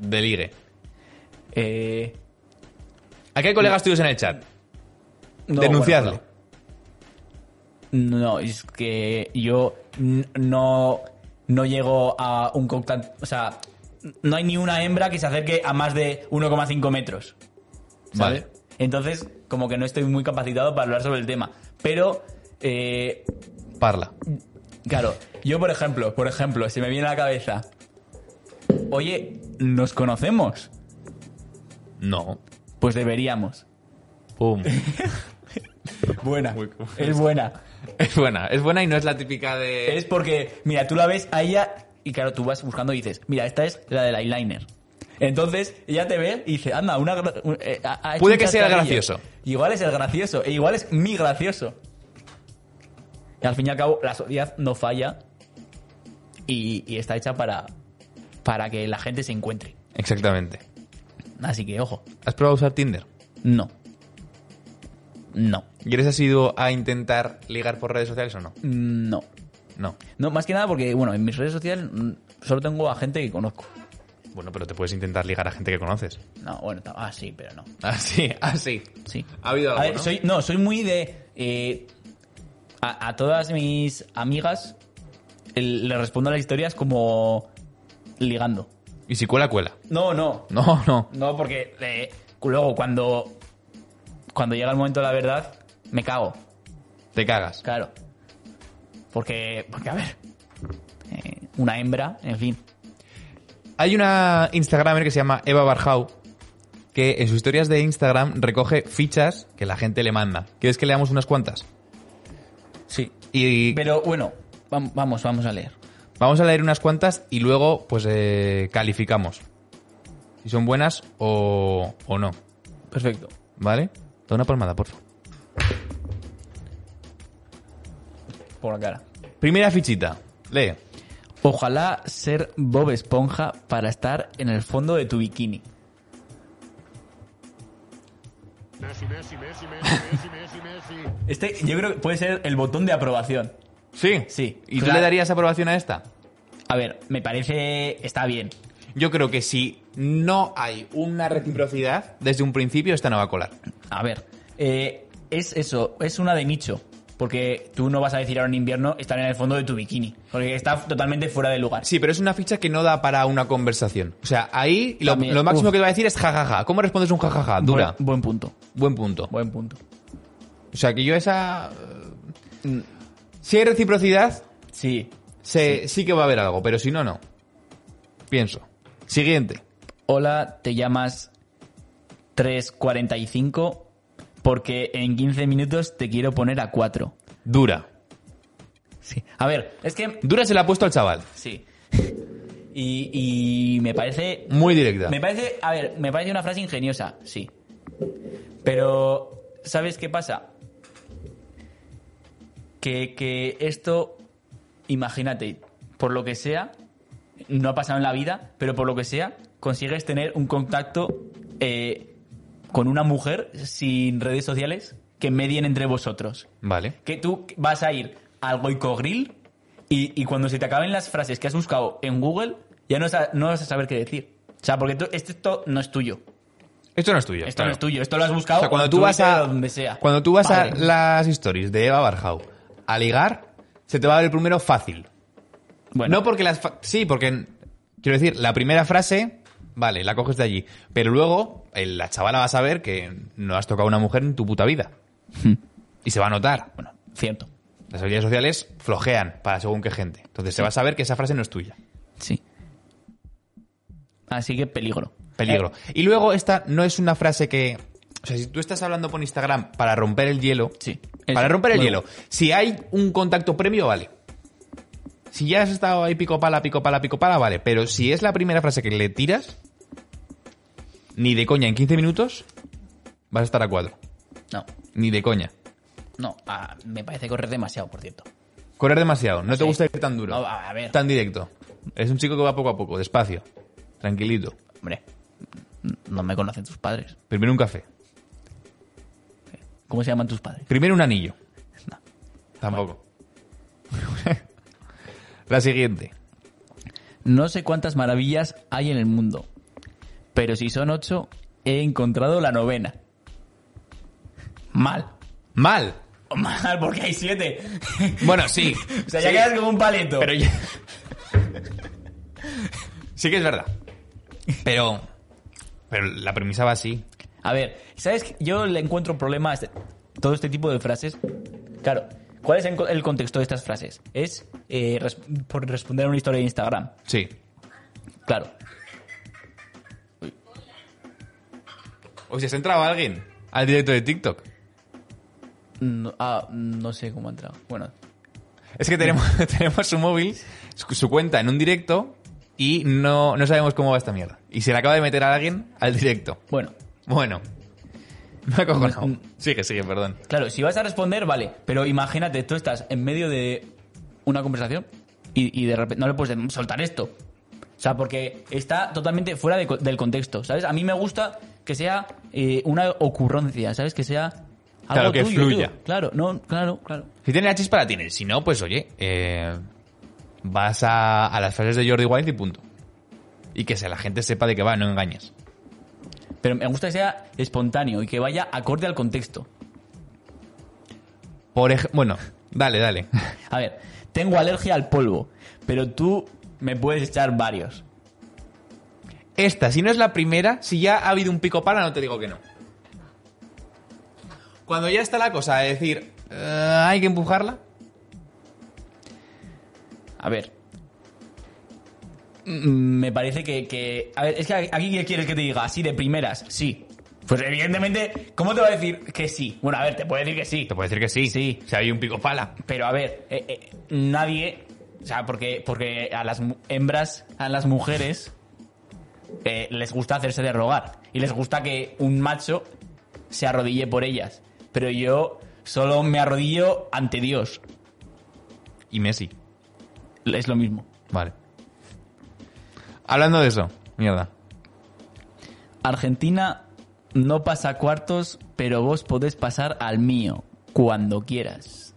de ligue? Eh, Aquí hay colegas tuyos en el chat. no, Denunciadle. bueno, bueno. No, es que yo n- no, no llego a un cóctel. O sea, no hay ni una hembra que se acerque a más de 1,5 metros. ¿sabes? Vale. Entonces, como que no estoy muy capacitado para hablar sobre el tema. Pero, eh, Parla. claro, yo por ejemplo, por ejemplo, se me viene a la cabeza. Oye, ¿nos conocemos? No. Pues deberíamos. Pum. Buena. Es buena. es buena. Es buena y no es la típica de... Es porque, mira, tú la ves a ella y claro, tú vas buscando y dices, mira, esta es la del eyeliner. Entonces, ella te ve y dice, anda, una... gra- un- eh, ha- ha hecho Puede un que sea el chascarrillo". gracioso. Igual es el gracioso, e igual es mi gracioso. Y al fin y al cabo, la sociedad no falla y, y está hecha para, para que la gente se encuentre. Exactamente. Así que, ojo, ¿Has probado a usar Tinder? no. No, ¿Y eres asiduo a intentar ligar por redes sociales o no? no. No. No, más que nada porque, bueno, en mis redes sociales mm, solo tengo a gente que conozco. Bueno, pero te puedes intentar ligar a gente que conoces. No, bueno, ta- ah, sí, pero no. Así, así. Sí. Ha habido algo, A ver, ¿no? Soy, no, soy muy de... eh, a, a todas mis amigas el- le respondo a las historias como ligando. Y si cuela, cuela. No, no. No, no. No, porque eh, luego cuando, cuando llega el momento de la verdad, me cago. Te cagas. Claro. Porque, porque a ver, eh, una hembra, en fin. Hay una Instagramer que se llama Eva Barjau que en sus historias de Instagram recoge fichas que la gente le manda. ¿Quieres que leamos unas cuantas? Sí. Y Pero bueno, vam- vamos, vamos a leer. vamos a leer unas cuantas y luego pues eh, calificamos. Si son buenas o, o no. Perfecto. ¿Vale? Da una palmada, por favor. Por la cara. Primera fichita. Lee. Ojalá ser Bob Esponja para estar en el fondo de tu bikini. Messi, Messi, Messi, Messi, Messi, Messi, Messi. Este yo creo que puede ser el botón de aprobación. Sí. Sí. ¿Y tú Claro. le darías aprobación a esta? A ver, me parece... Está bien. Yo creo que si no hay una reciprocidad, desde un principio esta no va a colar. A ver, eh, es eso, es una de nicho. Porque tú no vas a decir ahora en invierno estar en el fondo de tu bikini. Porque está totalmente fuera de lugar. Sí, pero es una ficha que no da para una conversación. O sea, ahí lo, También, lo máximo uf. que te va a decir es jajaja. ¿Cómo respondes un jajaja? Dura. Buen, buen punto. Buen punto. Buen punto. O sea, que yo esa... eh, Si hay reciprocidad, Sí. se, sí. que va a haber algo, pero si no, no. Pienso. Siguiente. Hola, te llamas 345 porque en 15 minutos te quiero poner a 4. Dura. Sí. A ver, es que... Dura se la ha puesto al chaval. Sí. Y, y me parece... Muy directa. Me parece... A ver, me parece una frase ingeniosa, sí. Pero... ¿Sabes qué pasa? Que, que esto... Imagínate, por lo que sea, no ha pasado en la vida, pero por lo que sea, consigues tener un contacto eh, con una mujer sin redes sociales que medien entre vosotros Vale. que tú vas a ir al Goico Grill y, y cuando se te acaben las frases que has buscado en Google, ya no, sa- no vas a saber qué decir. O sea, porque tú- este- esto no es tuyo. Esto no es tuyo. Esto claro. no es tuyo. Esto lo has O buscado sea, cuando en tú vas Twitter a. o donde sea. Cuando tú vas a Vale. las stories de Eva Barjau a ligar, se te va a dar el primero fácil. Bueno, No porque las. fa- Sí, porque. Quiero decir, la primera frase, vale, la coges de allí. Pero luego, el- la chavala va a saber que no has tocado a una mujer en tu puta vida. y se va a notar. bueno, cierto. Las habilidades sociales flojean para según qué gente. Entonces se va a saber que esa frase no es tuya. Sí. Así que peligro. Peligro. Eh, Y luego, esta no es una frase que. O sea, si tú estás hablando por Instagram para romper el hielo. Sí. Para Eso. romper el Bueno. hielo. Si hay un contacto previo, vale. Si ya has estado ahí pico pala, pico pala, pico pala, vale. Pero si es la primera frase que le tiras, ni de coña, en 15 minutos vas a estar a cuadro. No, Ni de coña. no. ah, me parece correr demasiado, por cierto. Correr demasiado. No te Sí. gusta ir tan duro. No, a a ver, Tan directo. Es un chico que va poco a poco, despacio. Tranquilito. hombre. No me conocen tus padres. Primero un café. ¿Cómo se llaman tus padres? Primero un anillo. No. Tampoco. la siguiente. No sé cuántas maravillas hay en el mundo, pero si son ocho, he encontrado la novena. Mal. Mal. Mal, porque hay siete. Bueno, sí. O sea, Sí. ya quedas como un paleto. Pero ya- sí que es verdad. Pero. Pero la premisa va así. A ver, ¿sabes? qué? Yo le encuentro un problema a este- todo este tipo de frases. Claro, ¿cuál es el co- el contexto de estas frases? Es eh, res- por responder a una historia de Instagram. Sí. Claro. O sea, se entraba alguien al directo de TikTok. No, ah, no sé cómo ha entrado. Bueno, Es que tenemos, tenemos su móvil, su, su cuenta en un directo y no, no sabemos cómo va esta mierda. Y se le acaba de meter a alguien al directo. bueno. Bueno. Me ha Mm, cojonado. Sigue, sigue, perdón. Claro, si vas a responder, vale. Pero imagínate, tú estás en medio de una conversación y, y de repente no le puedes soltar esto. O sea, porque está totalmente fuera de co- del contexto, ¿sabes? A mí me gusta que sea eh, una ocurrencia, ¿sabes? Que sea algo Claro, que tuyo, fluya. tío. Claro, no, claro, claro. Si tiene la chispa, la tiene. Si no, pues oye, eh, vas a, a las frases de Jordi Wild y punto. Y que se- la gente sepa de qué va, no engañes. Pero me gusta que sea espontáneo y que vaya acorde al contexto. Por ej- bueno, dale, dale. A ver, tengo alergia al polvo, pero tú me puedes echar varios. Esta, si no es la primera, si ya ha habido un pico para, no te digo que no. Cuando ya está la cosa de decir, eh, hay que empujarla, A ver. Mm, Me parece que, que- A ver, es que aquí ¿qué quieres que te diga, así de primeras, sí. Pues evidentemente, ¿cómo te va a decir que sí? Bueno, a ver, te puede decir que sí. te puedo decir que sí. Sí. Si hay un pico pala. Pero a ver, eh, eh, nadie. O sea, porque, porque a las mu- hembras, a las mujeres, eh, les gusta hacerse de rogar. Y les gusta que un macho se arrodille por ellas. Pero yo solo me arrodillo ante Dios. Y Messi. Es lo mismo. Vale. Hablando de eso, mierda. Argentina no pasa a cuartos, pero vos podés pasar al mío cuando quieras.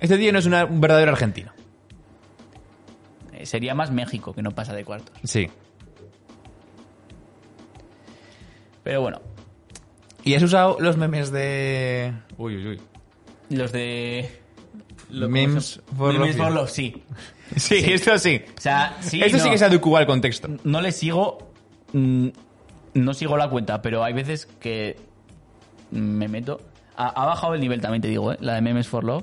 Este tío no es una- un verdadero argentino. Eh, sería más México que no pasa de cuartos. Sí. Pero bueno, Y has usado los memes de. Uy, uy, uy. los de. ¿cómo Memes se- for Memes Love for You. Love, sí. Sí, esto sí. O sea, sí. esto sí no. que se adecua al contexto. No le sigo. mm, No sigo la cuenta, pero hay veces que me meto. Ha, ha bajado el nivel también, te digo, ¿eh? la de Memes for Love.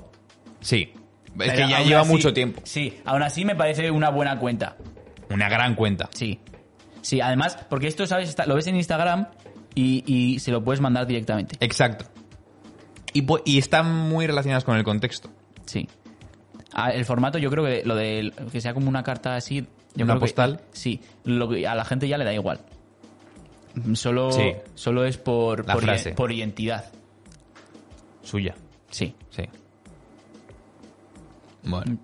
Sí. Es que Pero ya aún lleva así- mucho tiempo. Sí, aún así me parece una buena cuenta. Una gran cuenta. Sí. Sí, además, porque esto, ¿sabes? Está- lo ves en Instagram y, y se lo puedes mandar directamente. Exacto. Y, pu- y están muy relacionadas con el contexto. Sí. Ah, El formato, yo creo que lo de que sea como una carta así. yo ¿Una creo que- postal? sí. Lo que a la gente ya le da igual. Solo, Sí. solo es por, La por, frase. por identidad. Suya. Sí. Sí. Bueno.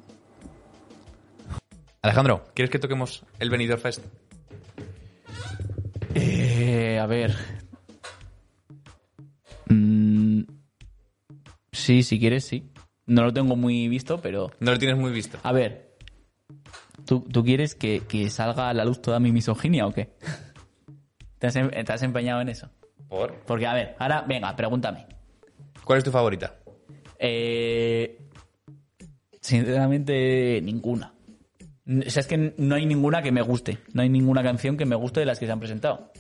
Alejandro, ¿quieres que toquemos el Benidorm Fest? Eh, a ver. Mm, sí, si quieres, sí. No lo tengo muy visto, pero. No lo tienes muy visto. A ver. ¿Tú, tú quieres que, que salga a la luz toda mi misoginia o qué? ¿Te has, em- te has empeñado en eso? ¿Por? Porque, a ver, ahora, venga, pregúntame. ¿Cuál es tu favorita? Eh, sinceramente, ninguna. N- O sea, es que no hay ninguna que me guste. No hay ninguna canción que me guste de las que se han presentado.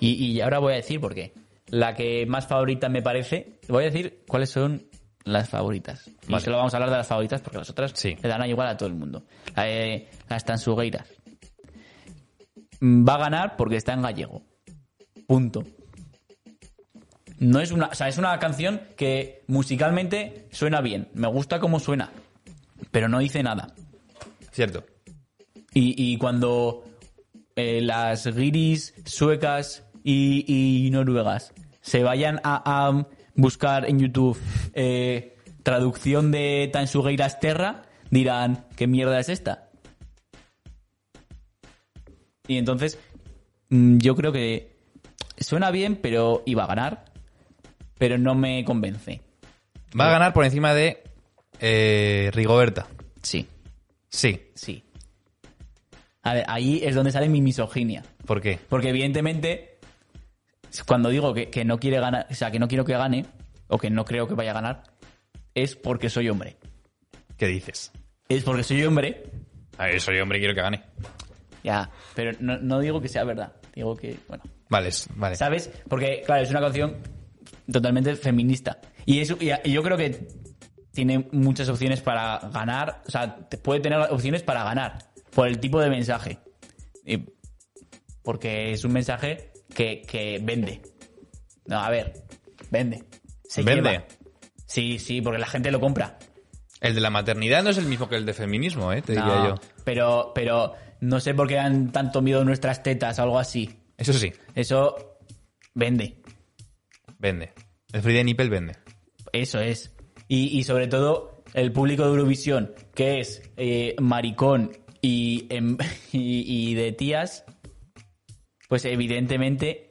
Y, y ahora voy a decir por qué. La que más favorita me parece, voy a decir cuáles son las favoritas. Vale. Y solo vamos a hablar de las favoritas porque las otras Sí. le dan igual a todo el mundo. La de las tansugueiras. Va a ganar porque está en gallego. Punto. No es una, o sea, es una canción que musicalmente suena bien. Me gusta cómo suena. Pero no dice nada. Cierto. Y, y cuando eh, las guiris suecas y, y noruegas se vayan a, a buscar en YouTube eh, traducción de Tansugueiras Terra, dirán, ¿qué mierda es esta? Y entonces, mm, yo creo que suena bien, pero iba a ganar, pero no me convence. Va a ganar por encima de eh, Rigoberta. Sí, Sí. sí. A ver, ahí es donde sale mi misoginia. ¿Por qué? Porque evidentemente, cuando digo que, que no quiere ganar, o sea, que no quiero que gane, o que no creo que vaya a ganar, es porque soy hombre. ¿Qué dices? Es porque soy hombre, A ver, soy hombre, quiero que gane. ya, pero no, no digo que sea verdad. Digo que, bueno, Vale, es- vale. ¿sabes? Porque, claro, es una canción totalmente feminista. Y, eso y, a- y yo creo que tiene muchas opciones para ganar, o sea, te- puede tener opciones para ganar, por el tipo de mensaje. Y- porque es un mensaje que, que vende. No, a ver, vende. Se Vende. lleva. Sí, sí, porque la gente lo compra. El de la maternidad no es el mismo que el de feminismo, ¿eh? Te diría No, yo. Pero, pero no sé por qué dan tanto miedo nuestras tetas o algo así. Eso sí, Eso vende. vende. El Frida Nippel vende. Eso es. Y, y sobre todo el público de Eurovisión, que es eh, maricón Y, en- y- y de tías, pues evidentemente,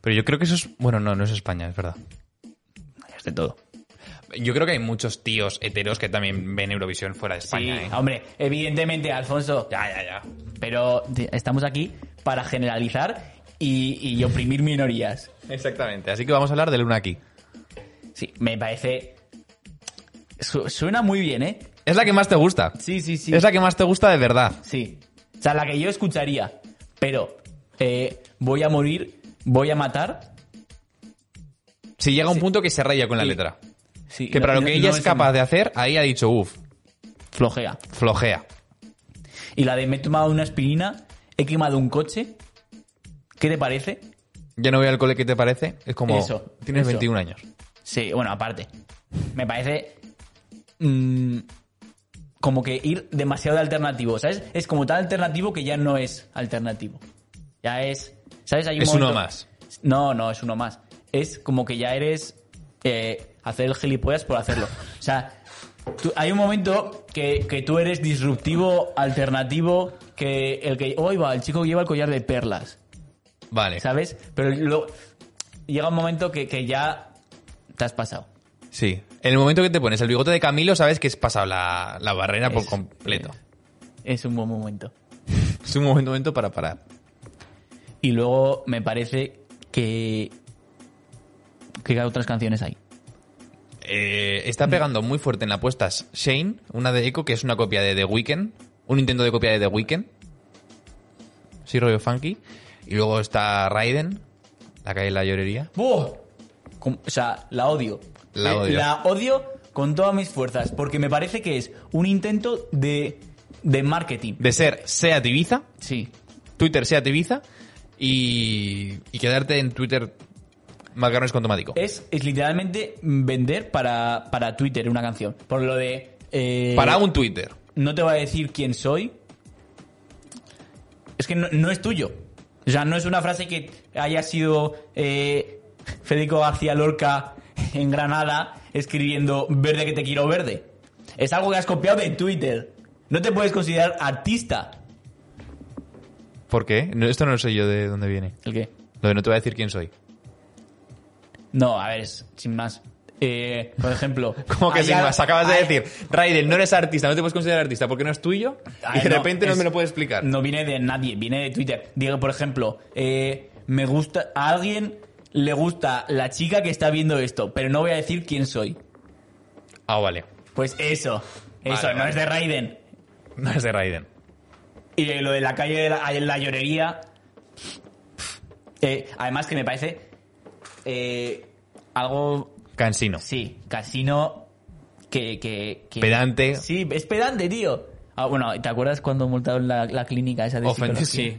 Pero yo creo que eso es. Bueno, no, no es España, es verdad. es de todo. Yo creo que hay muchos tíos heteros que también ven Eurovisión fuera de Sí, España. ¿eh? hombre, evidentemente, Alfonso. Ya, ya, ya. Pero de- estamos aquí para generalizar y, y oprimir minorías. Exactamente. Así que vamos a hablar de Luna aquí. Sí, me parece... su- suena muy bien, ¿eh? Es la que más te gusta. Sí, sí, sí. Es la que más te gusta de verdad. Sí. O sea, la que yo escucharía. Pero eh, voy a morir, voy a matar. Si llega un punto que se raya con la Sí. letra. Sí, Que no- para lo no- que ella no es capaz un- de hacer, ahí ha dicho, uff, Flojea. flojea. Y la de me he tomado una aspirina, he quemado un coche. ¿Qué te parece? Ya no voy al cole, ¿qué te parece? Es como, Eso, tienes eso. 21 años. Sí, bueno, aparte. Me parece. mm, como que ir demasiado de alternativo, ¿sabes? Es como tan alternativo que ya no es alternativo. Ya es. ¿Sabes? Hay un Es uno momento- más. No, no, es uno más. Es como que ya eres. eh, hacer el gilipollas por hacerlo. O sea, tú- hay un momento que, que tú eres disruptivo, alternativo, que el que. hoy va, el chico que lleva el collar de perlas. Vale. ¿Sabes? Pero luego llega un momento que, que ya te has pasado. Sí. En el momento que te pones el bigote de Camilo, sabes que has pasado la, la barrera por Es- eh, completo. Es un buen momento. eh, Es un buen momento para parar. Y luego me parece que. que otras canciones hay. Eh, está pegando muy fuerte en apuestas Shane, una de Echo, que es una copia de The Weeknd, un intento de copia de The Weeknd. Sí, rollo funky. Y luego está Raiden, la calle de la llorería. Com- O sea, la odio. La Eh, odio. La odio con todas mis fuerzas. Porque me parece que es un intento de. de marketing. De ser Sea Ibiza, Sí. Twitter Sea Ibiza y, y quedarte en Twitter macarrones con tomático. Es, es literalmente vender para, para Twitter una canción. Por lo de. eh, Para un Twitter. no te va a decir quién soy. Es que no, no es tuyo. O sea, no es una frase que haya sido eh, Federico García Lorca en Granada escribiendo verde que te quiero verde. Es algo que has copiado de Twitter. No te puedes considerar artista. ¿Por qué? No, esto no lo sé yo de dónde viene. ¿El qué? Lo de no te voy a decir quién soy. No, a ver, es- sin más. Eh, por ejemplo. Como que hay sin al- más, acabas de hay- decir, Raiden, no eres artista, no te puedes considerar artista porque no es tuyo Ay, y de repente no es- me lo puedes explicar. No viene de nadie, viene de Twitter. Digo, por ejemplo, eh, me gusta a alguien le gusta la chica que está viendo esto, pero no voy a decir quién soy. Ah, vale. Pues eso, eso Vale, no vale. es de Raiden. No es de Raiden. Y de lo de la calle de la, la llorería. eh, además que me parece eh, algo Cansino. sí, casino que, que, que- Pedante. Sí, es pedante, tío. Ah, bueno, ¿te acuerdas cuando multaron la, la clínica esa de Ofende- sí. psicología?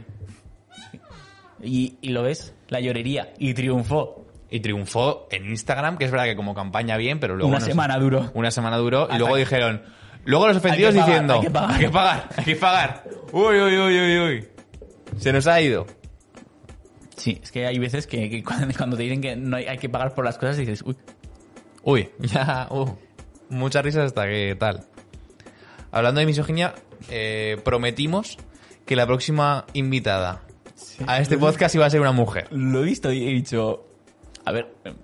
Y, y lo ves, la llorería. Y triunfó. Y triunfó en Instagram, que es verdad que como campaña bien, pero luego... Una no sé. semana duró. Una semana duró y Hasta luego que- dijeron... Luego los ofendidos Hay que pagar, diciendo... hay que pagar. Hay que pagar, hay que pagar. Uy, uy, uy, uy, uy. Se nos ha ido. Sí, es que hay veces que, que cuando, cuando te dicen que no hay, hay que pagar por las cosas, dices, uy, Uy, ya, uh, muchas risas hasta que tal. Hablando de misoginia, eh, prometimos que la próxima invitada a este podcast iba a ser una mujer. lo he visto y he dicho, a ver, em,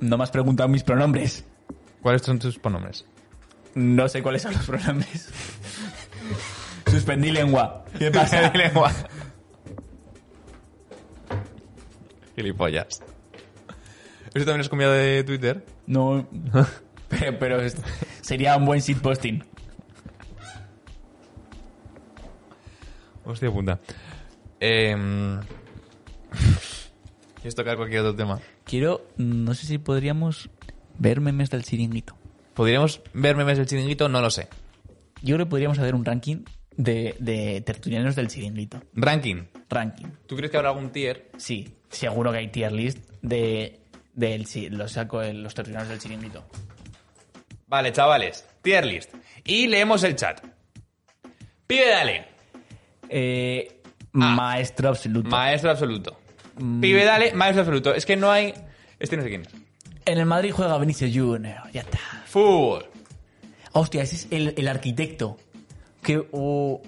no me has preguntado mis pronombres. ¿Cuáles son tus pronombres? No sé cuáles son los pronombres. Suspendí lengua. ¿Qué pasa? Mi lengua. Gilipollas. ¿Eso también es comida de Twitter? No. Pero, pero es- sería un buen shitposting. Hostia puta. Em, ¿Quieres tocar cualquier otro tema? Quiero. No sé si podríamos ver memes del chiringuito. ¿Podríamos ver memes del chiringuito? No lo sé. Yo creo que podríamos hacer un ranking de, de tertulianos del chiringuito. Ranking. Ranking. ¿Tú crees que habrá algún tier? Sí, seguro que hay tier list de, de el chi- los, saco- los tertulianos del chiringuito. Vale, chavales, tier list. Y leemos el chat. Pibe Dale, Eh, Ah. Maestro absoluto. maestro absoluto. Mm. Pibe Dale, maestro absoluto. Es que no hay. Este no sé quién es. en el Madrid juega Vinicius Junior. Ya está. Fútbol. Hostia, ese es el, el arquitecto. Que, o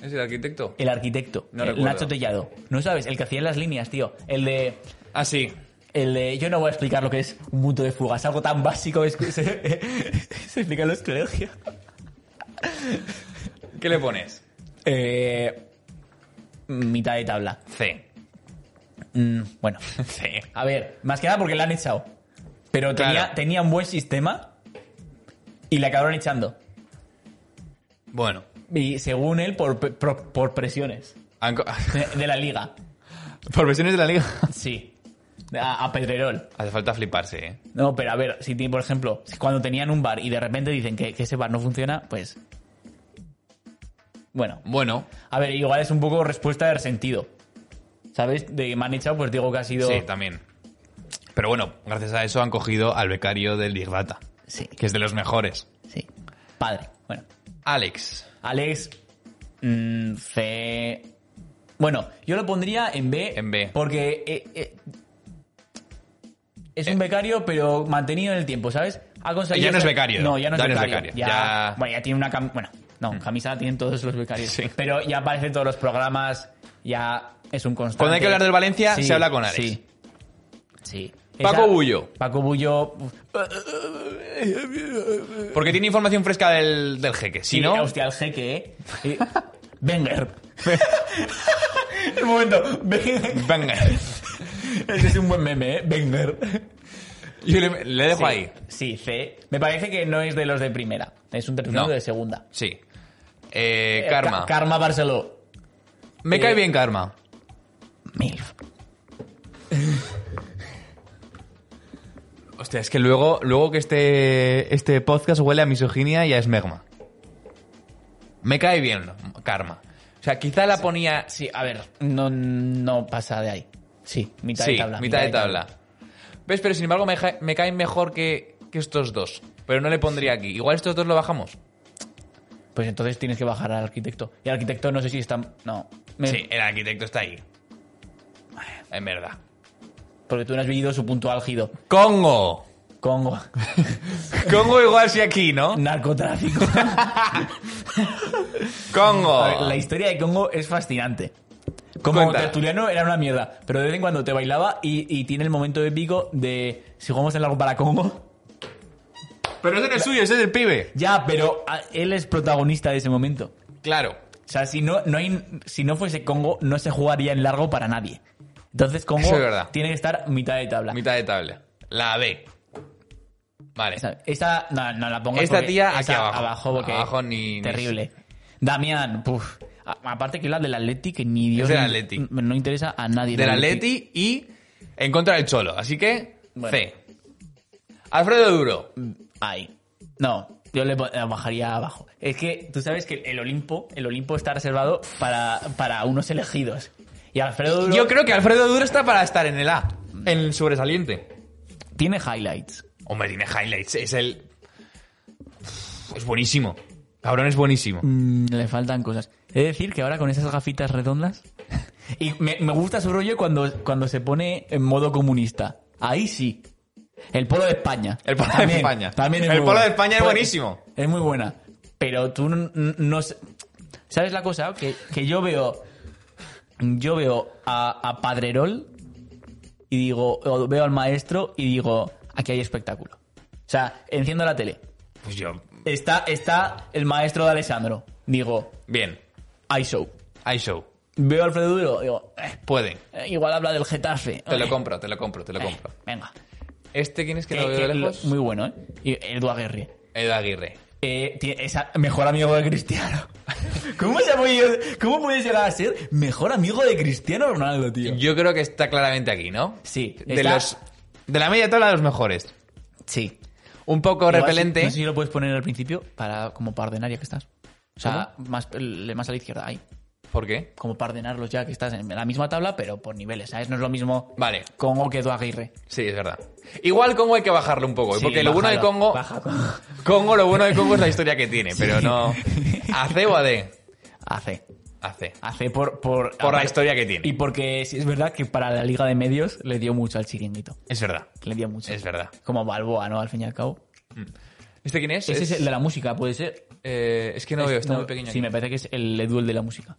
¿Es el arquitecto? el arquitecto. No el recuerdo. Nacho Tellado. No sabes, el que hacía las líneas, tío. El de. Ah, sí. El de. Yo no voy a explicar lo que es un punto de fuga. Es algo tan básico es que se, se explica en los colegios. ¿Qué le pones? Eh, mitad de tabla. C. Mm, bueno. C. A ver, más que nada porque la han echado. Pero tenía, Claro. tenía un buen sistema y le acabaron echando. Bueno. Y según él, por, pe- por- por presiones Anco- de, de la liga. Por versiones de la liga. Sí. A, a Pedrerol. Hace falta fliparse, ¿eh? No, pero a ver, si tiene, por ejemplo, cuando tenían un bar y de repente dicen que, que ese bar no funciona, pues. Bueno. Bueno. A ver, igual es un poco respuesta de sentido. ¿Sabes? De que me han echado, pues digo que ha sido. Sí, también. Pero bueno, gracias a eso han cogido al becario del Big Data, sí, que es de los mejores. sí. Padre. Bueno. Alex. Alex mm, C. Bueno, yo lo pondría en B. En B. Porque eh, eh, es un becario, pero mantenido en el tiempo, ¿sabes? Ha conseguido Eh. Ya no es ser- becario. No, ya no es Ya no es becario. becario. Ya- Ya- Mm. Bueno, ya tiene una cam- Bueno, no, camisa tienen todos los becarios. Pero ya aparece en todos los programas. Ya es un constante. Cuando hay que hablar del Valencia, Sí, se habla con Alex. Sí. Sí. Paco Bullo. Paco Bullo. Porque tiene información fresca del, del jeque. Si Sí, no, Hostia, el jeque, ¿eh? Eh, Wenger. el momento. Wenger. venga. Ese es un buen meme, ¿eh? Wenger. Yo le, le dejo ahí. Sí, C. Me parece que no es de los de primera. Es un tercero No. de segunda. Sí. Eh, Eh, Karma. Ca- Karma Barceló. Me cae eh, bien Karma. Milf. Hostia, es que luego, luego que este, este podcast huele a misoginia y a esmegma. Me cae bien Karma. O sea, quizá la ponía... Sí, a ver, no, no pasa de ahí. Sí, mitad sí, de tabla. mitad de tabla. ¿Ves? Pero sin embargo me, ja- me caen mejor que, que estos dos. Pero no le pondría aquí. Igual estos dos lo bajamos. Pues entonces tienes que bajar al arquitecto. Y el arquitecto no sé si está... No. Me- Sí, el arquitecto está ahí. En verdad. Porque tú no has vivido su punto álgido. Congo. Congo. Congo igual si aquí, ¿no? Narcotráfico. Congo. A ver, La historia de Congo es fascinante. Como Cuéntala. tertuliano era una mierda, pero de vez en cuando te bailaba y, y tiene el momento épico de si jugamos en largo para Congo. Pero ese no es suyo, ese es del pibe. Ya, pero a- él es protagonista de ese momento. Claro. O sea, si no, no hay- si no fuese Congo, no se jugaría en largo para nadie. Entonces Congo Eso es verdad. tiene que estar mitad de tabla. Mitad de tabla. La B. Vale. Esa, esa- no, no la pongo. Esta tía aquí abajo. abajo porque Abajo ni- ni- terrible. Damián, puf. A- Aparte que la del Atleti, que ni Dios del no- Atleti. No, interesa a nadie. el Del Atleti y en contra del Cholo. Así que Bueno. C. Alfredo Duro. Ahí. No, yo le pon- la bajaría abajo. Es que tú sabes que el Olimpo, el Olimpo está reservado para, para unos elegidos. Y Alfredo Duro Yo creo que Alfredo Duro está para estar en el A. En el sobresaliente. tiene highlights. Hombre, tiene highlights. Es el. Es buenísimo. Cabrón es buenísimo. Mm, le faltan cosas. He de decir que ahora con esas gafitas redondas. Y me, me gusta su rollo cuando, cuando se pone en modo comunista. Ahí sí. El polo de España. El polo de También- España. También es el muy polo de buena. España es Pues- buenísimo. Es muy buena. Pero tú n- n- no... s- ¿Sabes la cosa? Que, que yo veo... Yo veo a, a Padrerol y digo... O veo al maestro y digo... Aquí hay espectáculo. O sea, enciendo la tele. Pues yo. Está, está el maestro de Alessandro. Digo... Bien. I show. show. Veo a Alfredo Duro. Digo... eh, Puede. eh, igual habla del Getafe. Te lo Eh, compro, te lo compro, te lo eh, compro. venga. ¿Este quién es que Eh, lo veo eh, de lejos? lo- Muy bueno, ¿eh? Y Edu Aguirre. Edu Aguirre. Eh, tie- es a- mejor amigo de Cristiano. ¿Cómo, se ha podido- ¿Cómo puede llegar a ser mejor amigo de Cristiano Ronaldo, tío? Yo creo que está claramente aquí, ¿no? Sí, De está- los. De la media tabla de los mejores. Sí. Un poco Igual repelente. si- no sé si lo puedes poner al principio para como para ordenar ya que estás. O sea, más, le- más a la izquierda, ahí. ¿Por qué? Como para ordenarlos ya que estás en la misma tabla, pero por niveles, ¿sabes? No es lo mismo Vale. Congo que Edu Aguirre. Sí, es verdad. Igual Congo hay que bajarlo un poco. ¿eh? Sí, Pues porque lo bueno de bájalo, Congo. baja Congo. Congo, lo bueno de Congo es la historia que tiene, pero no. ¿A C o a D? AC. A C. Hace por, por, Por la historia que tiene. Y porque sí es verdad que para la Liga de Medios le dio mucho al chiringuito. Es verdad. Le dio mucho. Es verdad. Como Balboa, ¿no? Al fin y al cabo. ¿Este quién es? Ese es el de la música, puede ser. Eh, es que no Es- veo, está no, muy pequeño. Sí, aquí. Eh, me parece que es el Edu el de la música.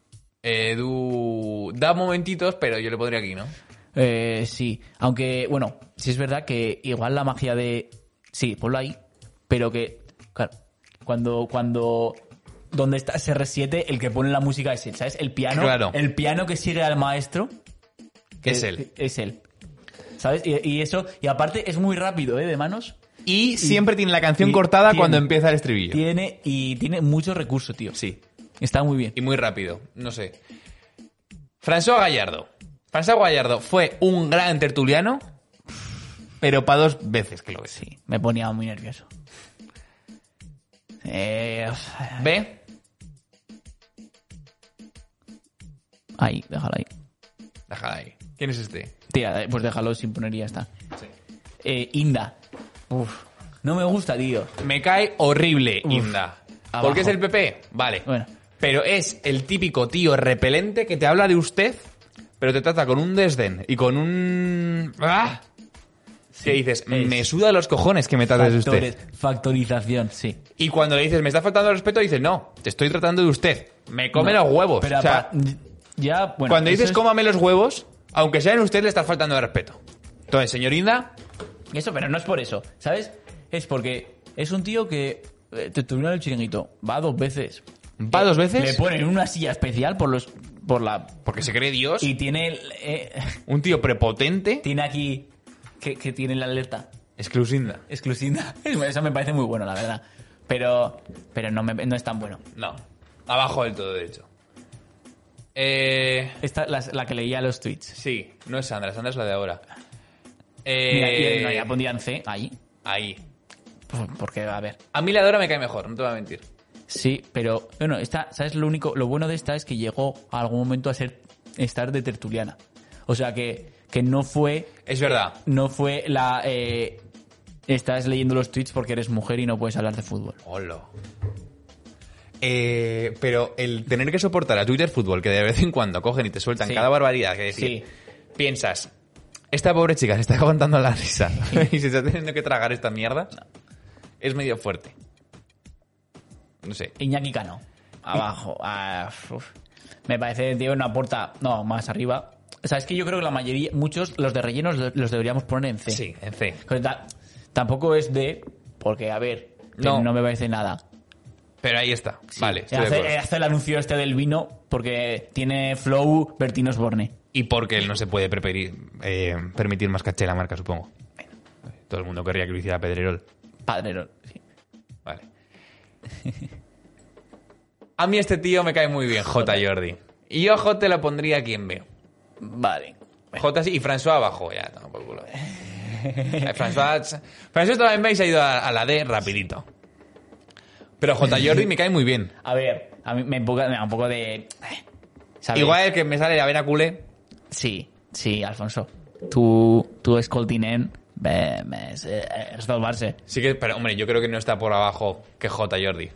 Edu. Da momentitos, pero yo le pondría aquí, ¿no? Eh, sí, aunque, bueno, sí es verdad que igual la magia de... Sí, ponlo ahí, pero que, claro, cuando... cuando donde está CR7, el que pone la música es él, ¿sabes? El piano, Claro. el piano que sigue al maestro eh, Que es él. Es él. ¿Sabes? Y, y eso, y aparte es muy rápido, ¿eh? De manos. Y siempre tiene la canción y cortada tiene- cuando empieza el estribillo. Tiene, y tiene mucho recurso, tío. Sí. Está muy bien. Y muy rápido, no sé. François Gallardo. François Gallardo fue un gran tertuliano, pero para dos veces que lo ves. Sí, me ponía muy nervioso. Eh, ¿Ve? ahí, déjalo ahí. Déjala ahí. ¿Quién es este? Tía, eh, pues déjalo sin poner y ya está. Sí. Eh, Inda. Uf. No me gusta, tío. Me cae horrible, Inda. Abajo. ¿Por qué es el PP? Vale. Bueno. Pero es el típico tío repelente que te habla de usted, pero te trata con un desdén y con un... ¡Ah! que dices, me suda los cojones que me trates de usted. Factores, factorización, sí. Y cuando le dices, me está faltando el respeto, dice, no, te estoy tratando de usted. Me come los huevos. Pero O sea, apa- ya, bueno, cuando eso dices, es- cómame los huevos, aunque sea en usted, le estás faltando de respeto. Entonces, señorina, Eso, pero no es por eso, ¿sabes? Es porque es un tío que eh, te termina el chiringuito. Va dos veces. va dos Le veces, ponen una silla especial por los. por la. porque se cree Dios, Y tiene el, eh, un tío prepotente, tiene aquí. Que, que tiene la alerta. exclusinda. Exclusiva. Eso me parece muy bueno, la verdad. Pero. Pero no, me- no es tan bueno. No, abajo del todo, de hecho. Eh, Esta la, la que leía los tweets. sí, no es Sandra, Sandra es la de ahora. Mira, Eh, y- no, ya pondrían C ahí. ahí. Pues, Porque, a ver. A mí la de ahora me cae mejor, no te voy a mentir. Sí, pero. Bueno, esta, ¿sabes? Lo único. Lo bueno de esta es que llegó a algún momento a ser. estar de tertuliana. O sea que. Que no fue. Es verdad. No fue la. eh, estás leyendo los tweets porque eres mujer y no puedes hablar de fútbol. Hola. Eh, pero el tener que soportar a Twitter Fútbol, que de vez en cuando cogen y te sueltan Sí. cada barbaridad, que decir, piensas, esta pobre chica se está aguantando la risa y se está teniendo que tragar esta mierda, es medio fuerte. No sé. Iñaki Cano. Abajo. Ah, uf. Me parece, tío, no aporta. No, más arriba. O sea, es que yo creo que la mayoría, muchos, los de rellenos lo- los deberíamos poner en C. Sí, en C. Pero ta- tampoco es de. Porque, a ver, No. no, me parece nada. Pero ahí está. Vale, estoy de Hace, acuerdo. hace el anuncio este del vino porque tiene flow Bertino Osborne. Y porque él no se puede preperir- eh, permitir más caché la marca, supongo. Todo el mundo querría que lo hiciera Pedrerol. Padre. sí. Vale. A mí este tío me cae muy bien, J. Jordi. Y yo a J lo pondría aquí en B. Vale. J sí, y François abajo, ya, no, por culo. Eh, François, François también veis ha ido a, a la D rapidito. Pero J. Jordi me cae muy bien. A ver, a mí me empuja- me da un poco de. ¿sabes? Igual el que me sale la vena culé. Sí, sí, Alfonso. Tu, tu escoltinen eh, es, eh, es del Barça. Sí que, pero hombre, yo creo que no está por abajo que J. Jordi.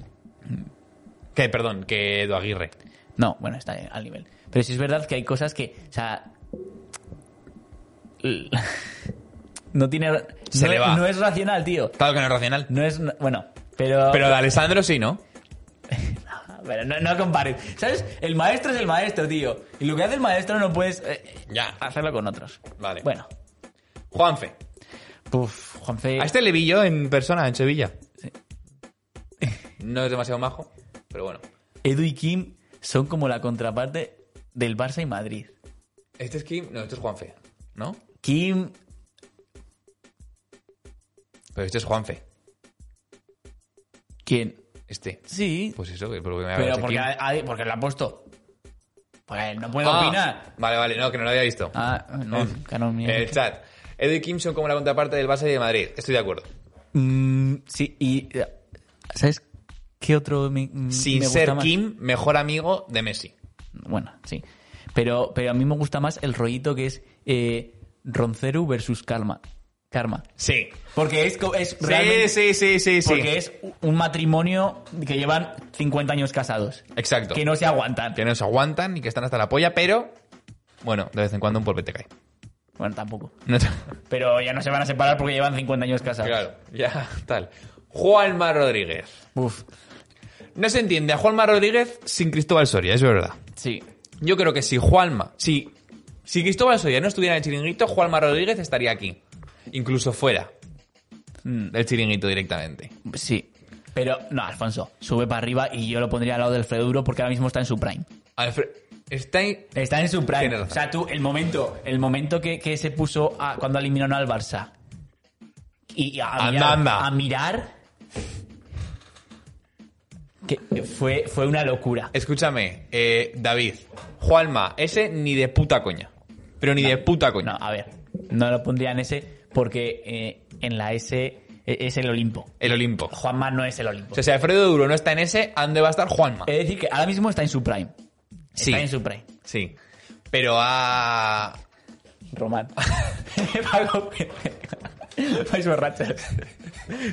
Que, perdón, que Edu Aguirre. No, bueno, está al nivel. Pero sí es verdad que hay cosas que, o sea... l- No tiene... Se no, le va. no es racional, tío. Claro que no es racional. No es... Bueno, pero... Pero de Alessandro sí, ¿no? pero no, no compares. ¿Sabes? El maestro es el maestro, tío. Y lo que hace el maestro no puedes eh, Ya. hacerlo con otros. Vale. Bueno. Juanfe. Puf, Juanfe... A este le vi yo en persona, en Sevilla. No es demasiado majo, pero bueno. Edu y Kim son como la contraparte del Barça y Madrid. Este es Kim. No, este es Juanfe. ¿No? Kim... Pero este es Juanfe. ¿Quién? Este. Sí. Pues eso, que por lo que me hablas pero de porque, Kim. ha- ha- porque lo ha puesto. Porque no puedo Ah, opinar. Vale, vale, no, que no lo había visto. Ah, no, que no, mira. El chat. Edu y Kim son como la contraparte del Barça y de Madrid. Estoy de acuerdo. Mm, sí, y. eh, ¿Sabes qué otro me, mm, Sin me gusta ser más? Kim, mejor amigo de Messi. Bueno, sí. Pero, pero a mí me gusta más el rollito que es eh, Ronceru versus Karma. Karma. Sí. Porque es, co- es Sí, realmente. sí, sí, sí, sí. Porque es un matrimonio que llevan 50 años casados. Exacto. Que no se aguantan. que no se aguantan y que están hasta la polla, pero bueno, de vez en cuando un polvete cae. Bueno, tampoco. No te- Pero ya no se van a separar porque llevan 50 años casados. Claro, ya tal. Juanma Rodríguez. Uf, No se entiende a Juanma Rodríguez sin Cristóbal Soria, es verdad. sí. Yo creo que si Juanma, si, si Cristóbal Soria no estuviera en el chiringuito, Juanma Rodríguez estaría aquí. Incluso fuera Mm, del chiringuito directamente. Sí. Pero, no, Alfonso, sube para arriba y yo lo pondría al lado del Freduro porque ahora mismo está en su prime. Alfred- está ahí- Está en su prime. Tienes O razón. sea, tú, el momento, el momento que, que se puso a- cuando eliminaron al Barça. Y a Anda, mirar. anda. A mirar que fue, fue una locura. Escúchame, eh, David. Juanma, ese ni de puta coña. Pero ni de puta coña. No, a ver, no lo pondría en ese porque eh, en la S eh, es el Olimpo. El Olimpo. Juanma no es el Olimpo. O sea, si Alfredo Duro no está en ese, ¿a dónde va a estar Juanma? Es decir, que ahora mismo está en su prime. Sí. Está en su prime. Sí. Pero ah, a. Román. Pago. Vais borrachas.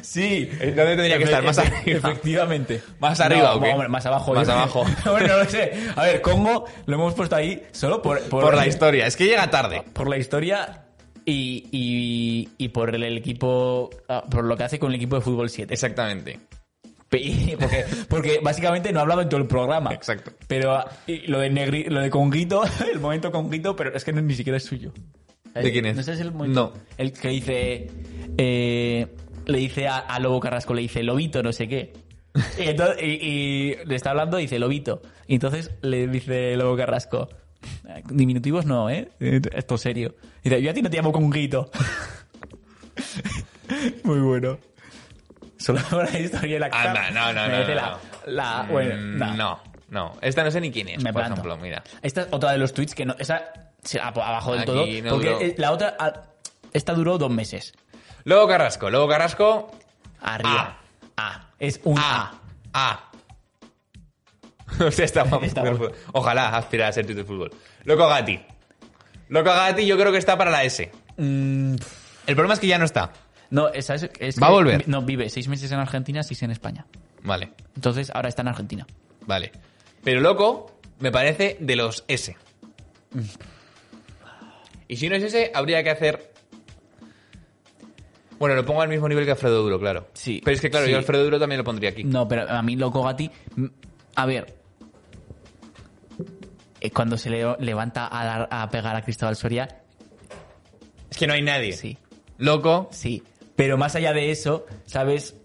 Sí. ¿Dónde tendría que estar? Más Efe- arriba. Efectivamente. ¿Más arriba o qué? hombre, más abajo. Más yo- abajo. bueno, no lo sé. A ver, Congo lo hemos puesto ahí solo por... Por la historia. Es que llega tarde. Por la historia y, y, y por el equipo... ah, Por lo que hace con el equipo de fútbol 7. Exactamente. Porque, porque básicamente no ha hablado en todo el programa. Exacto. Pero ah, y lo de Negri, lo de Conguito, el momento Conguito, pero es que no- ni siquiera es suyo. Eh, ¿De quién es? No sé si es el momento. No. El que dice. eh, le dice a, a Lobo Carrasco, le dice Lobito, no sé qué. Y, entonces- y- y le está hablando y dice Lobito. Y entonces le dice Lobo Carrasco. Diminutivos no, ¿eh? Esto es serio. Y dice, yo a ti no te llamo Conguito. Muy bueno. Solo por la historia y la cara. Anda, no, no, no, merece no, la- la- bueno, Mm, no. No, no. Esta no sé ni quién es, Me por planto. ejemplo, mira. Esta es otra de los tweets que no. Esa se la- abajo del Aquí todo. no porque duró. eh, la otra. ah, Esta duró dos meses. Luego Carrasco, luego Carrasco. Arriba. A. Ah. Es un A. A. A. O sea, estamos. Estamos. Ojalá aspirar a ser tuit de fútbol. Loco Gatti. Loco Gatti, yo creo que está para la S. El problema es que ya no está. Mm, No, esa es. es Va a que- volver. No, vive seis meses en Argentina, seis en España. Vale, Entonces ahora está en Argentina. vale. Pero Loco me parece de los S. Y si no es ese, habría que hacer. Bueno, lo pongo al mismo nivel que Alfredo Duro, claro. Sí, Pero es que, claro, sí. yo Alfredo Duro también lo pondría aquí. No, pero a mí Loco Gatti. mm, A ver. eh, Cuando se le levanta a, dar- a pegar a Cristóbal Soria, Es que no hay nadie. sí. Loco. Sí, pero más allá de eso, ¿sabes?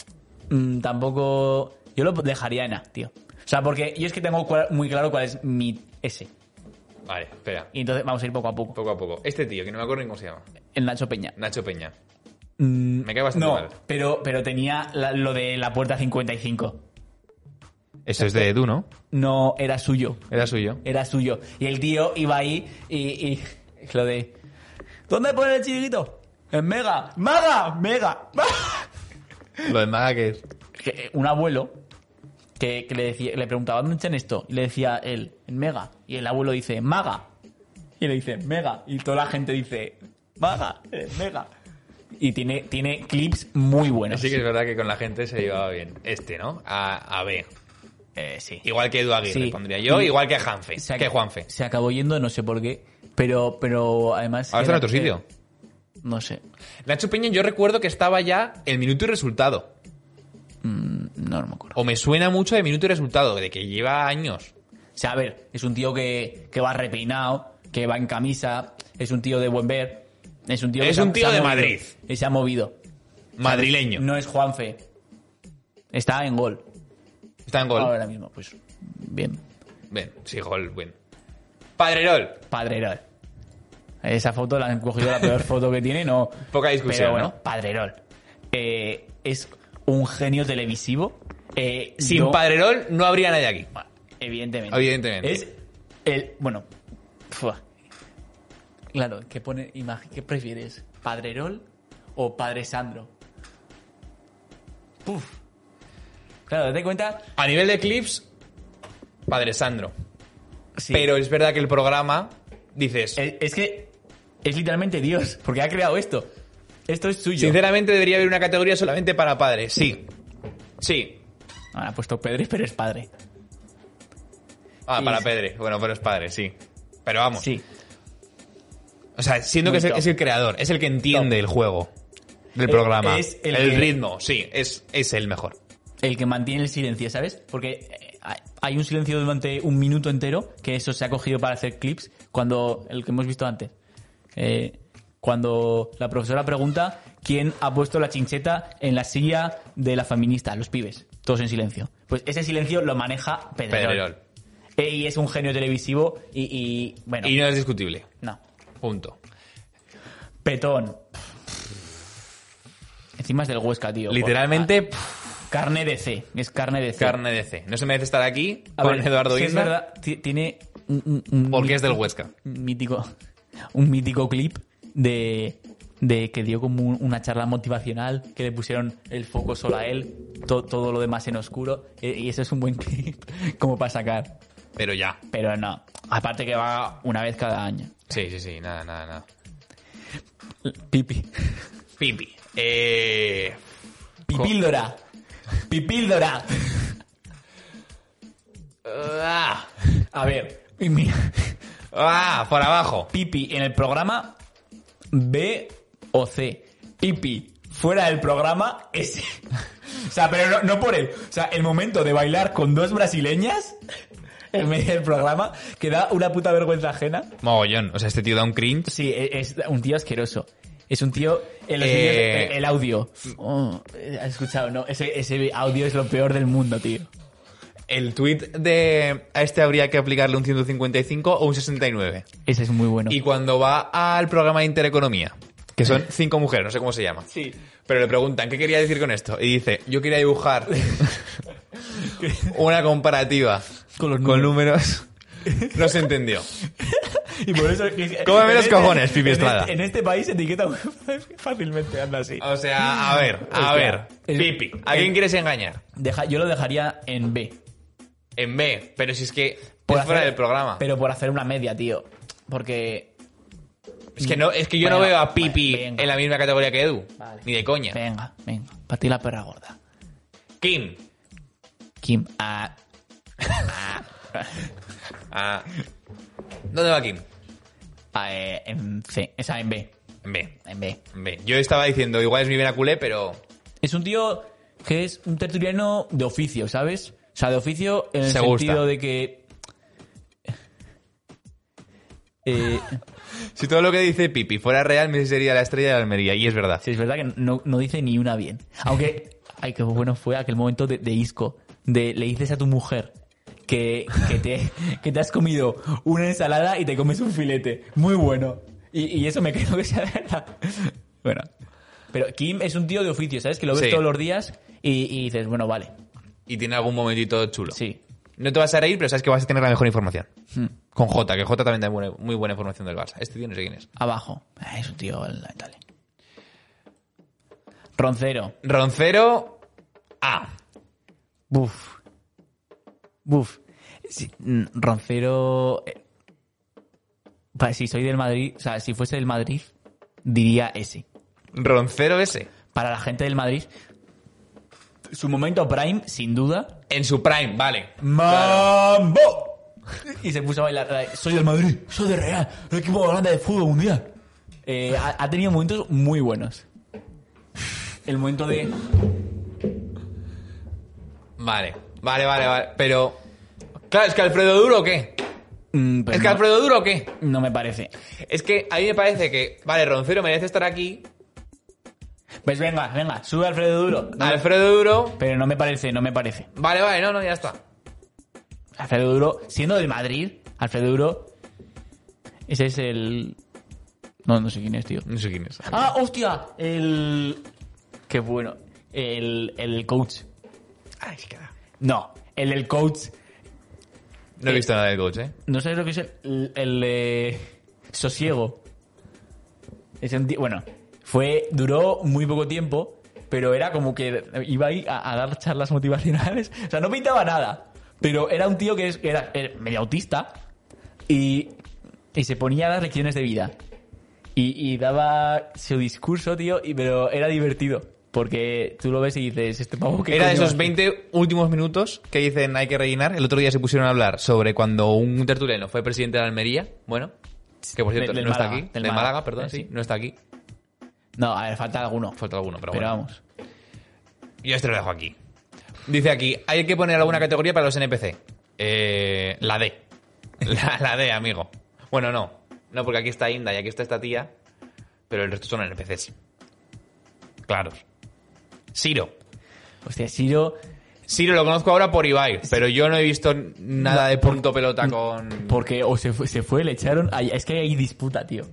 Mm, tampoco. Yo lo dejaría en A, tío. O sea, porque yo es que tengo cua- muy claro cuál es mi S. Vale, espera. Y entonces vamos a ir poco a poco. Poco a poco. Este tío, que no me acuerdo ni cómo se llama. El Nacho Peña. Nacho Peña. Mm, Me cae bastante no, mal. pero, pero tenía la- lo de la puerta 55. Eso es de Edu, ¿no? No era suyo. Era suyo. Era suyo. Y el tío iba ahí y, y lo de. ¿Dónde pone el chiringuito? En Mega. ¡Maga! ¡Mega! Lo de Maga que es. que- eh, un abuelo que, que le decía, le preguntaba dónde echan esto y le decía él en Mega y el abuelo dice Maga y le dice Mega y toda la gente dice Maga eh, Mega y tiene tiene clips muy buenos Sí que es verdad que con la gente se llevaba bien. Este, ¿no? A, a B. Eh, sí Igual que Edu Aguirre, Sí. pondría yo. Y- Igual que Juanfe. Se ac- Que Juanfe. se acabó yendo no sé por qué pero pero además Ahora está en era- otro sitio. eh, no sé Nacho Peña yo recuerdo que estaba ya el minuto y resultado. no, no me acuerdo O me suena mucho de minuto y resultado, de que lleva años. O sea, a ver, es un tío que, que va repeinado, que va en camisa, es un tío de buen ver, es un tío que Es se ha- un tío se ha de movido, Madrid. Y se ha movido. Madrileño. No es Juanfe. Está en gol. Está en gol. Ahora mismo, pues. Bien. Ven, sí, gol, buen. Padrerol. Padrerol. Esa foto la han cogido la peor foto que tiene, no. Poca discusión, Pero bueno, ¿no? Padrerol. Eh, es un genio televisivo. Eh, Sin yo- Padrerol no habría nadie aquí. Bueno, Evidentemente. Evidentemente. Es el. Bueno. fua. Claro, ¿qué, pone, imagen, ¿qué prefieres? ¿Padrerol o Padre Sandro? Puf. Claro, date cuenta. A nivel de clips, Padre Sandro. sí, Pero es verdad que el programa, dices, Es, Eh, es que es literalmente Dios, porque ha creado esto. Esto es suyo. sinceramente debería haber una categoría solamente para padres. Sí. Sí. Ahora Ah, ha puesto Pedres, pero es padre. Ah, Y- para Pedre. Bueno, pero es padre, sí. Pero vamos. Sí. O sea, siendo Muy que es el, top. es el creador, es el que entiende el juego. del Eh, programa. es el el que- ritmo, sí, es, es el mejor. El que mantiene el silencio, ¿sabes? Porque eh, hay- hay un silencio durante un minuto entero que eso se ha cogido para hacer clips cuando el que hemos visto antes. Eh, cuando la profesora pregunta quién ha puesto la chincheta en la silla de la feminista, los pibes, todos en silencio. Pues ese silencio lo maneja Pedrerol. Pedrerol. Eh, y es un genio televisivo y, y, bueno, Y no es discutible. no. Punto. Petón. Encima es del Huesca, tío. Literalmente, Por- Carne de C. Es carne de C. Carne de C. No se merece estar aquí A con ver, Eduardo si es Isla verdad, ti- tiene un, un- un porque mí- es del Huesca. un mítico, un mítico clip de, de que dio como un- una charla motivacional que le pusieron el foco solo a él, to- todo lo demás en oscuro. e- Y eso es un buen clip como para sacar. Pero ya. Pero no. Aparte que va una vez cada año. Sí, sí, sí. Nada, nada, nada. Pipi. Pipi. Eh, Pipíldora. Pipíldora. ah, A ver, mira, ah, por abajo. Pipi en el programa B o C. Pipi fuera del programa S. O sea, pero no, no por él. O sea, el momento de bailar con dos brasileñas en medio del programa que da una puta vergüenza ajena. Mogollón. O sea, este tío da un cringe. Sí, e- es un tío asqueroso. Es un tío. En los Eh. vídeos, el, el audio. Oh, eh, ¿Has escuchado? No, ese, ese audio es lo peor del mundo, tío. El tweet de a este habría que aplicarle un 155 o un 69. Ese es muy bueno. Y cuando va al programa de Intereconomía, que son cinco mujeres, no sé cómo se llama. Sí. Pero le preguntan, ¿qué quería decir con esto? Y dice, yo quería dibujar una comparativa Con los números. No se entendió. Y por eso. Cómeme en los cojones, Pipi en Estrada. este- En este país se etiqueta muy fácilmente, anda así. O sea, a ver, a Hostia. ver. El- Pipi, ¿a quién el- quieres engañar? Deja- yo lo dejaría en B. En B, pero si es que Por es fuera hacer- del programa. Pero por hacer una media, tío. Porque. es que no, es que yo no Venga, veo a Pipi vale, venga. en la misma categoría que Edu. Vale. Ni de coña. Venga, venga. Para ti la perra gorda. Kim. Kim. ah, Ah. ¿Dónde va Kim? ah, eh, en C. Esa en B. En B. En B. En B. Yo estaba diciendo, igual es mi vena culé, pero Es un tío que es un tertuliano de oficio, ¿sabes? O sea, de oficio en el Se gusta. sentido de que. Eh, si todo lo que dice Pipi fuera real, me sería la estrella de Almería. Y es verdad. Sí, es verdad que no, no dice ni una bien. Aunque, ay, qué bueno fue aquel momento de, de Isco. De, le dices a tu mujer que, que, te, que te has comido una ensalada y te comes un filete. Muy bueno. Y, y eso me creo que sea verdad. Bueno. Pero Kim es un tío de oficio, ¿sabes? Que lo ves Sí. todos los días y, y dices, bueno, vale. Y tiene algún momentito chulo. Sí. No te vas a reír, pero sabes que vas a tener la mejor información. Hmm. Con J, que J también da buena- muy buena información del Barça. Este tío no sé quién es. Abajo. Ah, Es un tío lamentable. Roncero. Roncero A. Buf. Buf. Sí, mm, Roncero. eh, pa- si soy del Madrid, o sea, si fuese del Madrid, diría ese. Roncero S. Para la gente del Madrid, su momento prime, sin duda. En su prime, vale. ¡Mambo! Y se puso a bailar. eh, Soy del Madrid, soy del Real, el equipo grande de fútbol mundial. Eh, ha, ha tenido momentos muy buenos. El momento de. Vale, vale, vale, vale. Pero. Claro, es que Alfredo Duro, ¿qué? mm, pues ¿Es que no- Alfredo Duro, ¿qué? no me parece. Es que a mí me parece que, vale, Roncero merece estar aquí. Pues venga, venga, sube Alfredo Duro. No me- Alfredo Duro. Pero no me parece, no me parece. Vale, vale, no, no, ya está. Alfredo Duro, siendo del Madrid, Alfredo Duro. Ese es el. No, no sé quién es, tío. No sé quién es. ¡Ah, hostia! El. Qué bueno. El, el coach. Ay, queda. No, el del coach. No he visto nada del coach, ¿eh? No sabes lo que es el. El, eh, sosiego. Es un tío- bueno, fue. Duró muy poco tiempo, pero era como que iba ahí a, a dar charlas motivacionales. O sea, no pintaba nada. Pero era un tío que es- era, era medio autista y, y se ponía a dar lecciones de vida. Y, y daba su discurso, tío, y, pero era divertido. Porque tú lo ves y dices, este pavo que Era de esos 20 últimos minutos que dicen hay que rellenar. El otro día se pusieron a hablar sobre cuando un tertuliano fue presidente de Almería. Bueno, que por Del- cierto, del no está Málaga, aquí. del de Málaga, Málaga, perdón, eh, sí, sí. no está aquí. No, a ver, falta alguno. Falta alguno, pero, Pero bueno. vamos. Yo este lo dejo aquí. Dice aquí, hay que poner alguna categoría para los NPC. Eh, la D. La, la D, amigo. Bueno, no. No, porque aquí está Inda y aquí está esta tía. Pero el resto son NPCs. Claros. Siro. Hostia, Siro, Siro lo conozco ahora por Ibai, pero yo no he visto nada de punto pelota con... porque o se fue, se fue, le echaron. ay, es que hay disputa, tío.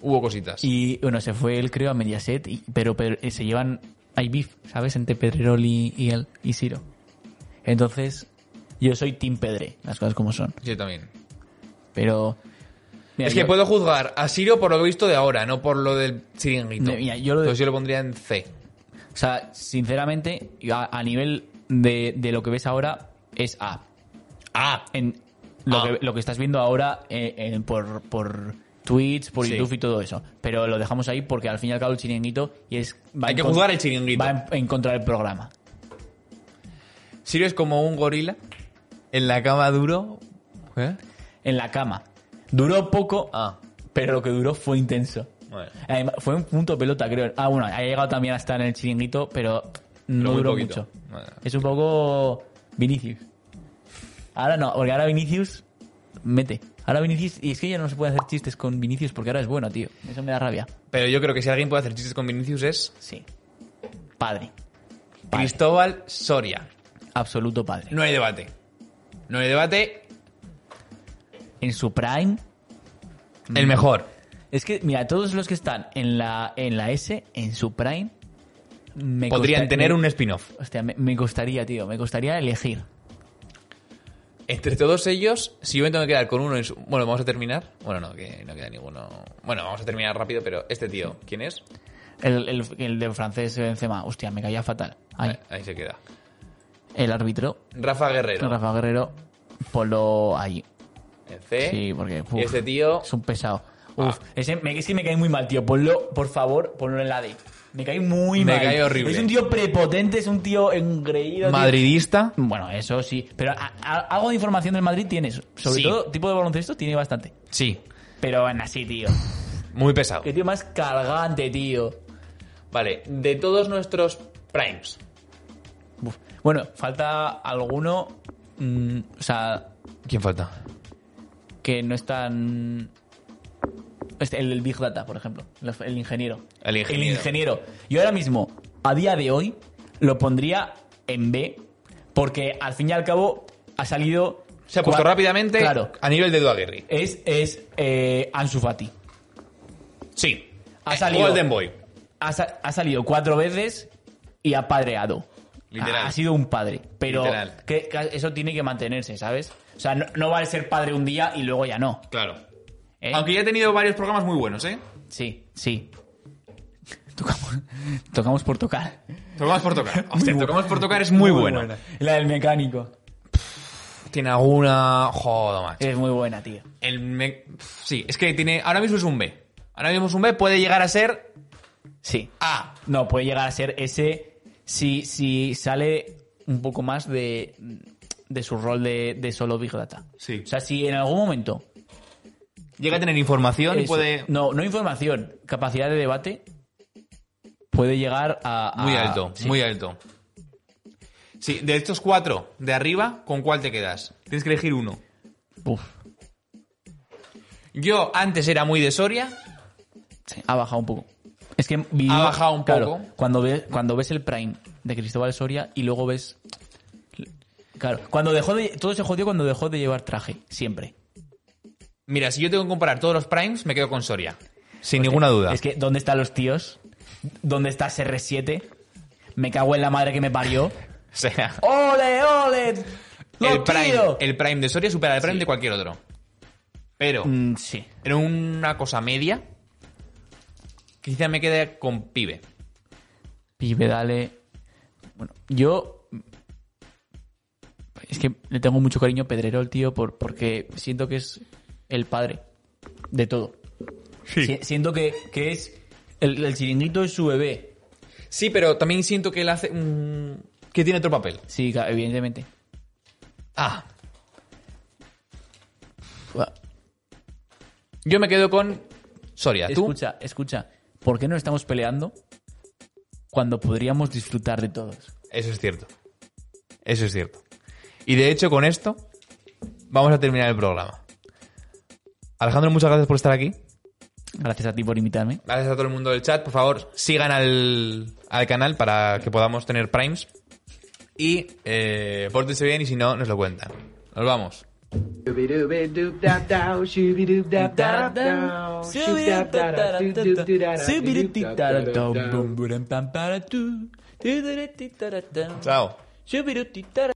Hubo cositas. Y bueno, se fue él, creo, a Mediaset, y- pero, pero, eh, se llevan. Hay beef, ¿sabes? Entre Pedrerol y, y él, y Siro. Entonces, yo soy Team Pedre, las cosas como son. Yo también. Pero. mira, es que yo- puedo juzgar a Siro por lo visto de ahora, no por lo del chiringuito. Mira, yo lo de- Entonces yo lo pondría en C. O sea, sinceramente, yo a, a nivel de, de lo que ves ahora, es A. Ah, En lo, A. que, lo que estás viendo ahora eh, en- por, por Twitch, por Sí. YouTube y todo eso. Pero lo dejamos ahí porque al fin y al cabo el chiringuito y es, va Hay en que con- juzgar el chiringuito. Va en, en contra del programa. Sirio es como un gorila en la cama duro. ¿eh? ¿Qué? En la cama. Duró poco, Ah. pero lo que duró fue intenso. Bueno. Además, Eh, fue un punto pelota, creo. Ah, bueno, ha llegado también a estar en el chiringuito, pero no muy duró poquito. mucho. Bueno. Es un poco Vinicius. Ahora no, porque ahora Vinicius mete. Ahora Vinicius, y es que ya no se puede hacer chistes con Vinicius porque ahora es bueno, tío. Eso me da rabia. Pero yo creo que si alguien puede hacer chistes con Vinicius es Sí. Padre. Padre. Cristóbal Soria. Absoluto padre. No hay debate. No hay debate. En su prime. Mm. El mejor. Es que, mira, todos los que están en la, en la S, en su prime, me Podrían costa- tener me- un spin-off. Hostia, me, me costaría, tío. Me costaría elegir. Entre todos ellos, si yo me tengo que quedar con uno, es- bueno, vamos a terminar. Bueno, no, que no queda ninguno. Bueno, vamos a terminar rápido, pero este tío, ¿quién es? El, el, el del francés eh, Benzema. Hostia, me caía fatal. Ay, Ahí se queda. el árbitro, Rafa Guerrero. Rafa Guerrero, ponlo ahí. En C. Sí, porque uf, Y este tío. es un pesado. Ah. Uf, ese me- es que me cae muy mal, tío. Ponlo, por favor, ponlo en la D. Me cae muy Me mal. cae horrible. Es un tío prepotente, es un tío engreído. tío. Madridista. Bueno, eso sí. Pero a- a- algo de información del Madrid tienes. Sobre Sí. todo, tipo de baloncesto tiene bastante. Sí. Pero bueno, así, tío. Muy pesado. Qué tío más cargante, tío. Vale, de todos nuestros primes. Uf. Bueno, falta alguno. mm, o sea, ¿Quién falta? que no están. Este, el, del Big Data, por ejemplo. Los- El ingeniero. El ingeniero. ingeniero. Yo ahora mismo, a día de hoy, lo pondría en B. Porque al fin y al cabo ha salido. Se ha puesto cua- rápidamente Claro. a nivel de Duaguerri. Es, es eh, Ansu Fati. Sí. Ha Eh, salido. Golden Boy. Ha, sa- ha salido cuatro veces y ha padreado. Literal. Ha, ha sido un padre. Pero Literal. que- que eso tiene que mantenerse, ¿sabes? O sea, no, no vale ser padre un día y luego ya no. Claro. ¿eh? Aunque ya ha tenido varios programas muy buenos, ¿eh? Sí, sí. Tocamos, tocamos por tocar. Tocamos por tocar. Hostia, tocamos por tocar es muy, bueno. La del mecánico. Tiene alguna. Joder, macho. Es muy buena, tío. El me- Sí, es que tiene. Ahora mismo es un B. Ahora mismo es un B, puede llegar a ser Sí. A. No, puede llegar a ser ese si, si sale un poco más de, de su rol de, de solo Big Data. Sí. O sea, si en algún momento... Llega a tener información y eso- puede. No, no información, capacidad de debate, puede llegar a... a- Muy alto, sí. muy alto. Sí, de estos cuatro de arriba, ¿con cuál te quedas? Tienes que elegir uno. Uf, Yo antes era muy de Soria. sí, ha bajado un poco. Es que vivimos- Ha bajado un claro, poco. Cuando ves, cuando ves el Prime de Cristóbal Soria y luego ves... Claro, cuando dejó de... Todo se jodió cuando dejó de llevar traje, siempre. Mira, si yo tengo que comparar todos los primes, me quedo con Soria. Sin ninguna duda. Es que, ¿dónde están los tíos? ¿Dónde está CR7? Me cago en la madre que me parió. O sea, ¡Ole, ole! ¡Los el prime, tíos! el prime de Soria supera el prime de cualquier otro. Pero Mm, sí. en una cosa media, quizá me quede con Pibe. Pibe, dale. Bueno, yo. Es que le tengo mucho cariño a Pedrero al tío por, porque siento que es el padre de todo. Si- siento que, que es. El, el chiringuito es su bebé. Sí, pero también siento que él hace un- que tiene otro papel. Sí, claro, evidentemente. Ah, Buah. yo me quedo con Soria. ¿Tú? Escucha, escucha. ¿por qué nos estamos peleando cuando podríamos disfrutar de todos? Eso es cierto. Eso es cierto. Y de hecho, con esto vamos a terminar el programa. Alejandro, muchas gracias por estar aquí. Gracias a ti por invitarme. Gracias a todo el mundo del chat. Por favor, sigan al, al canal para que podamos tener primes. Y eh, pórtense bien y si no, nos lo cuentan. Nos vamos. Chao. Chao.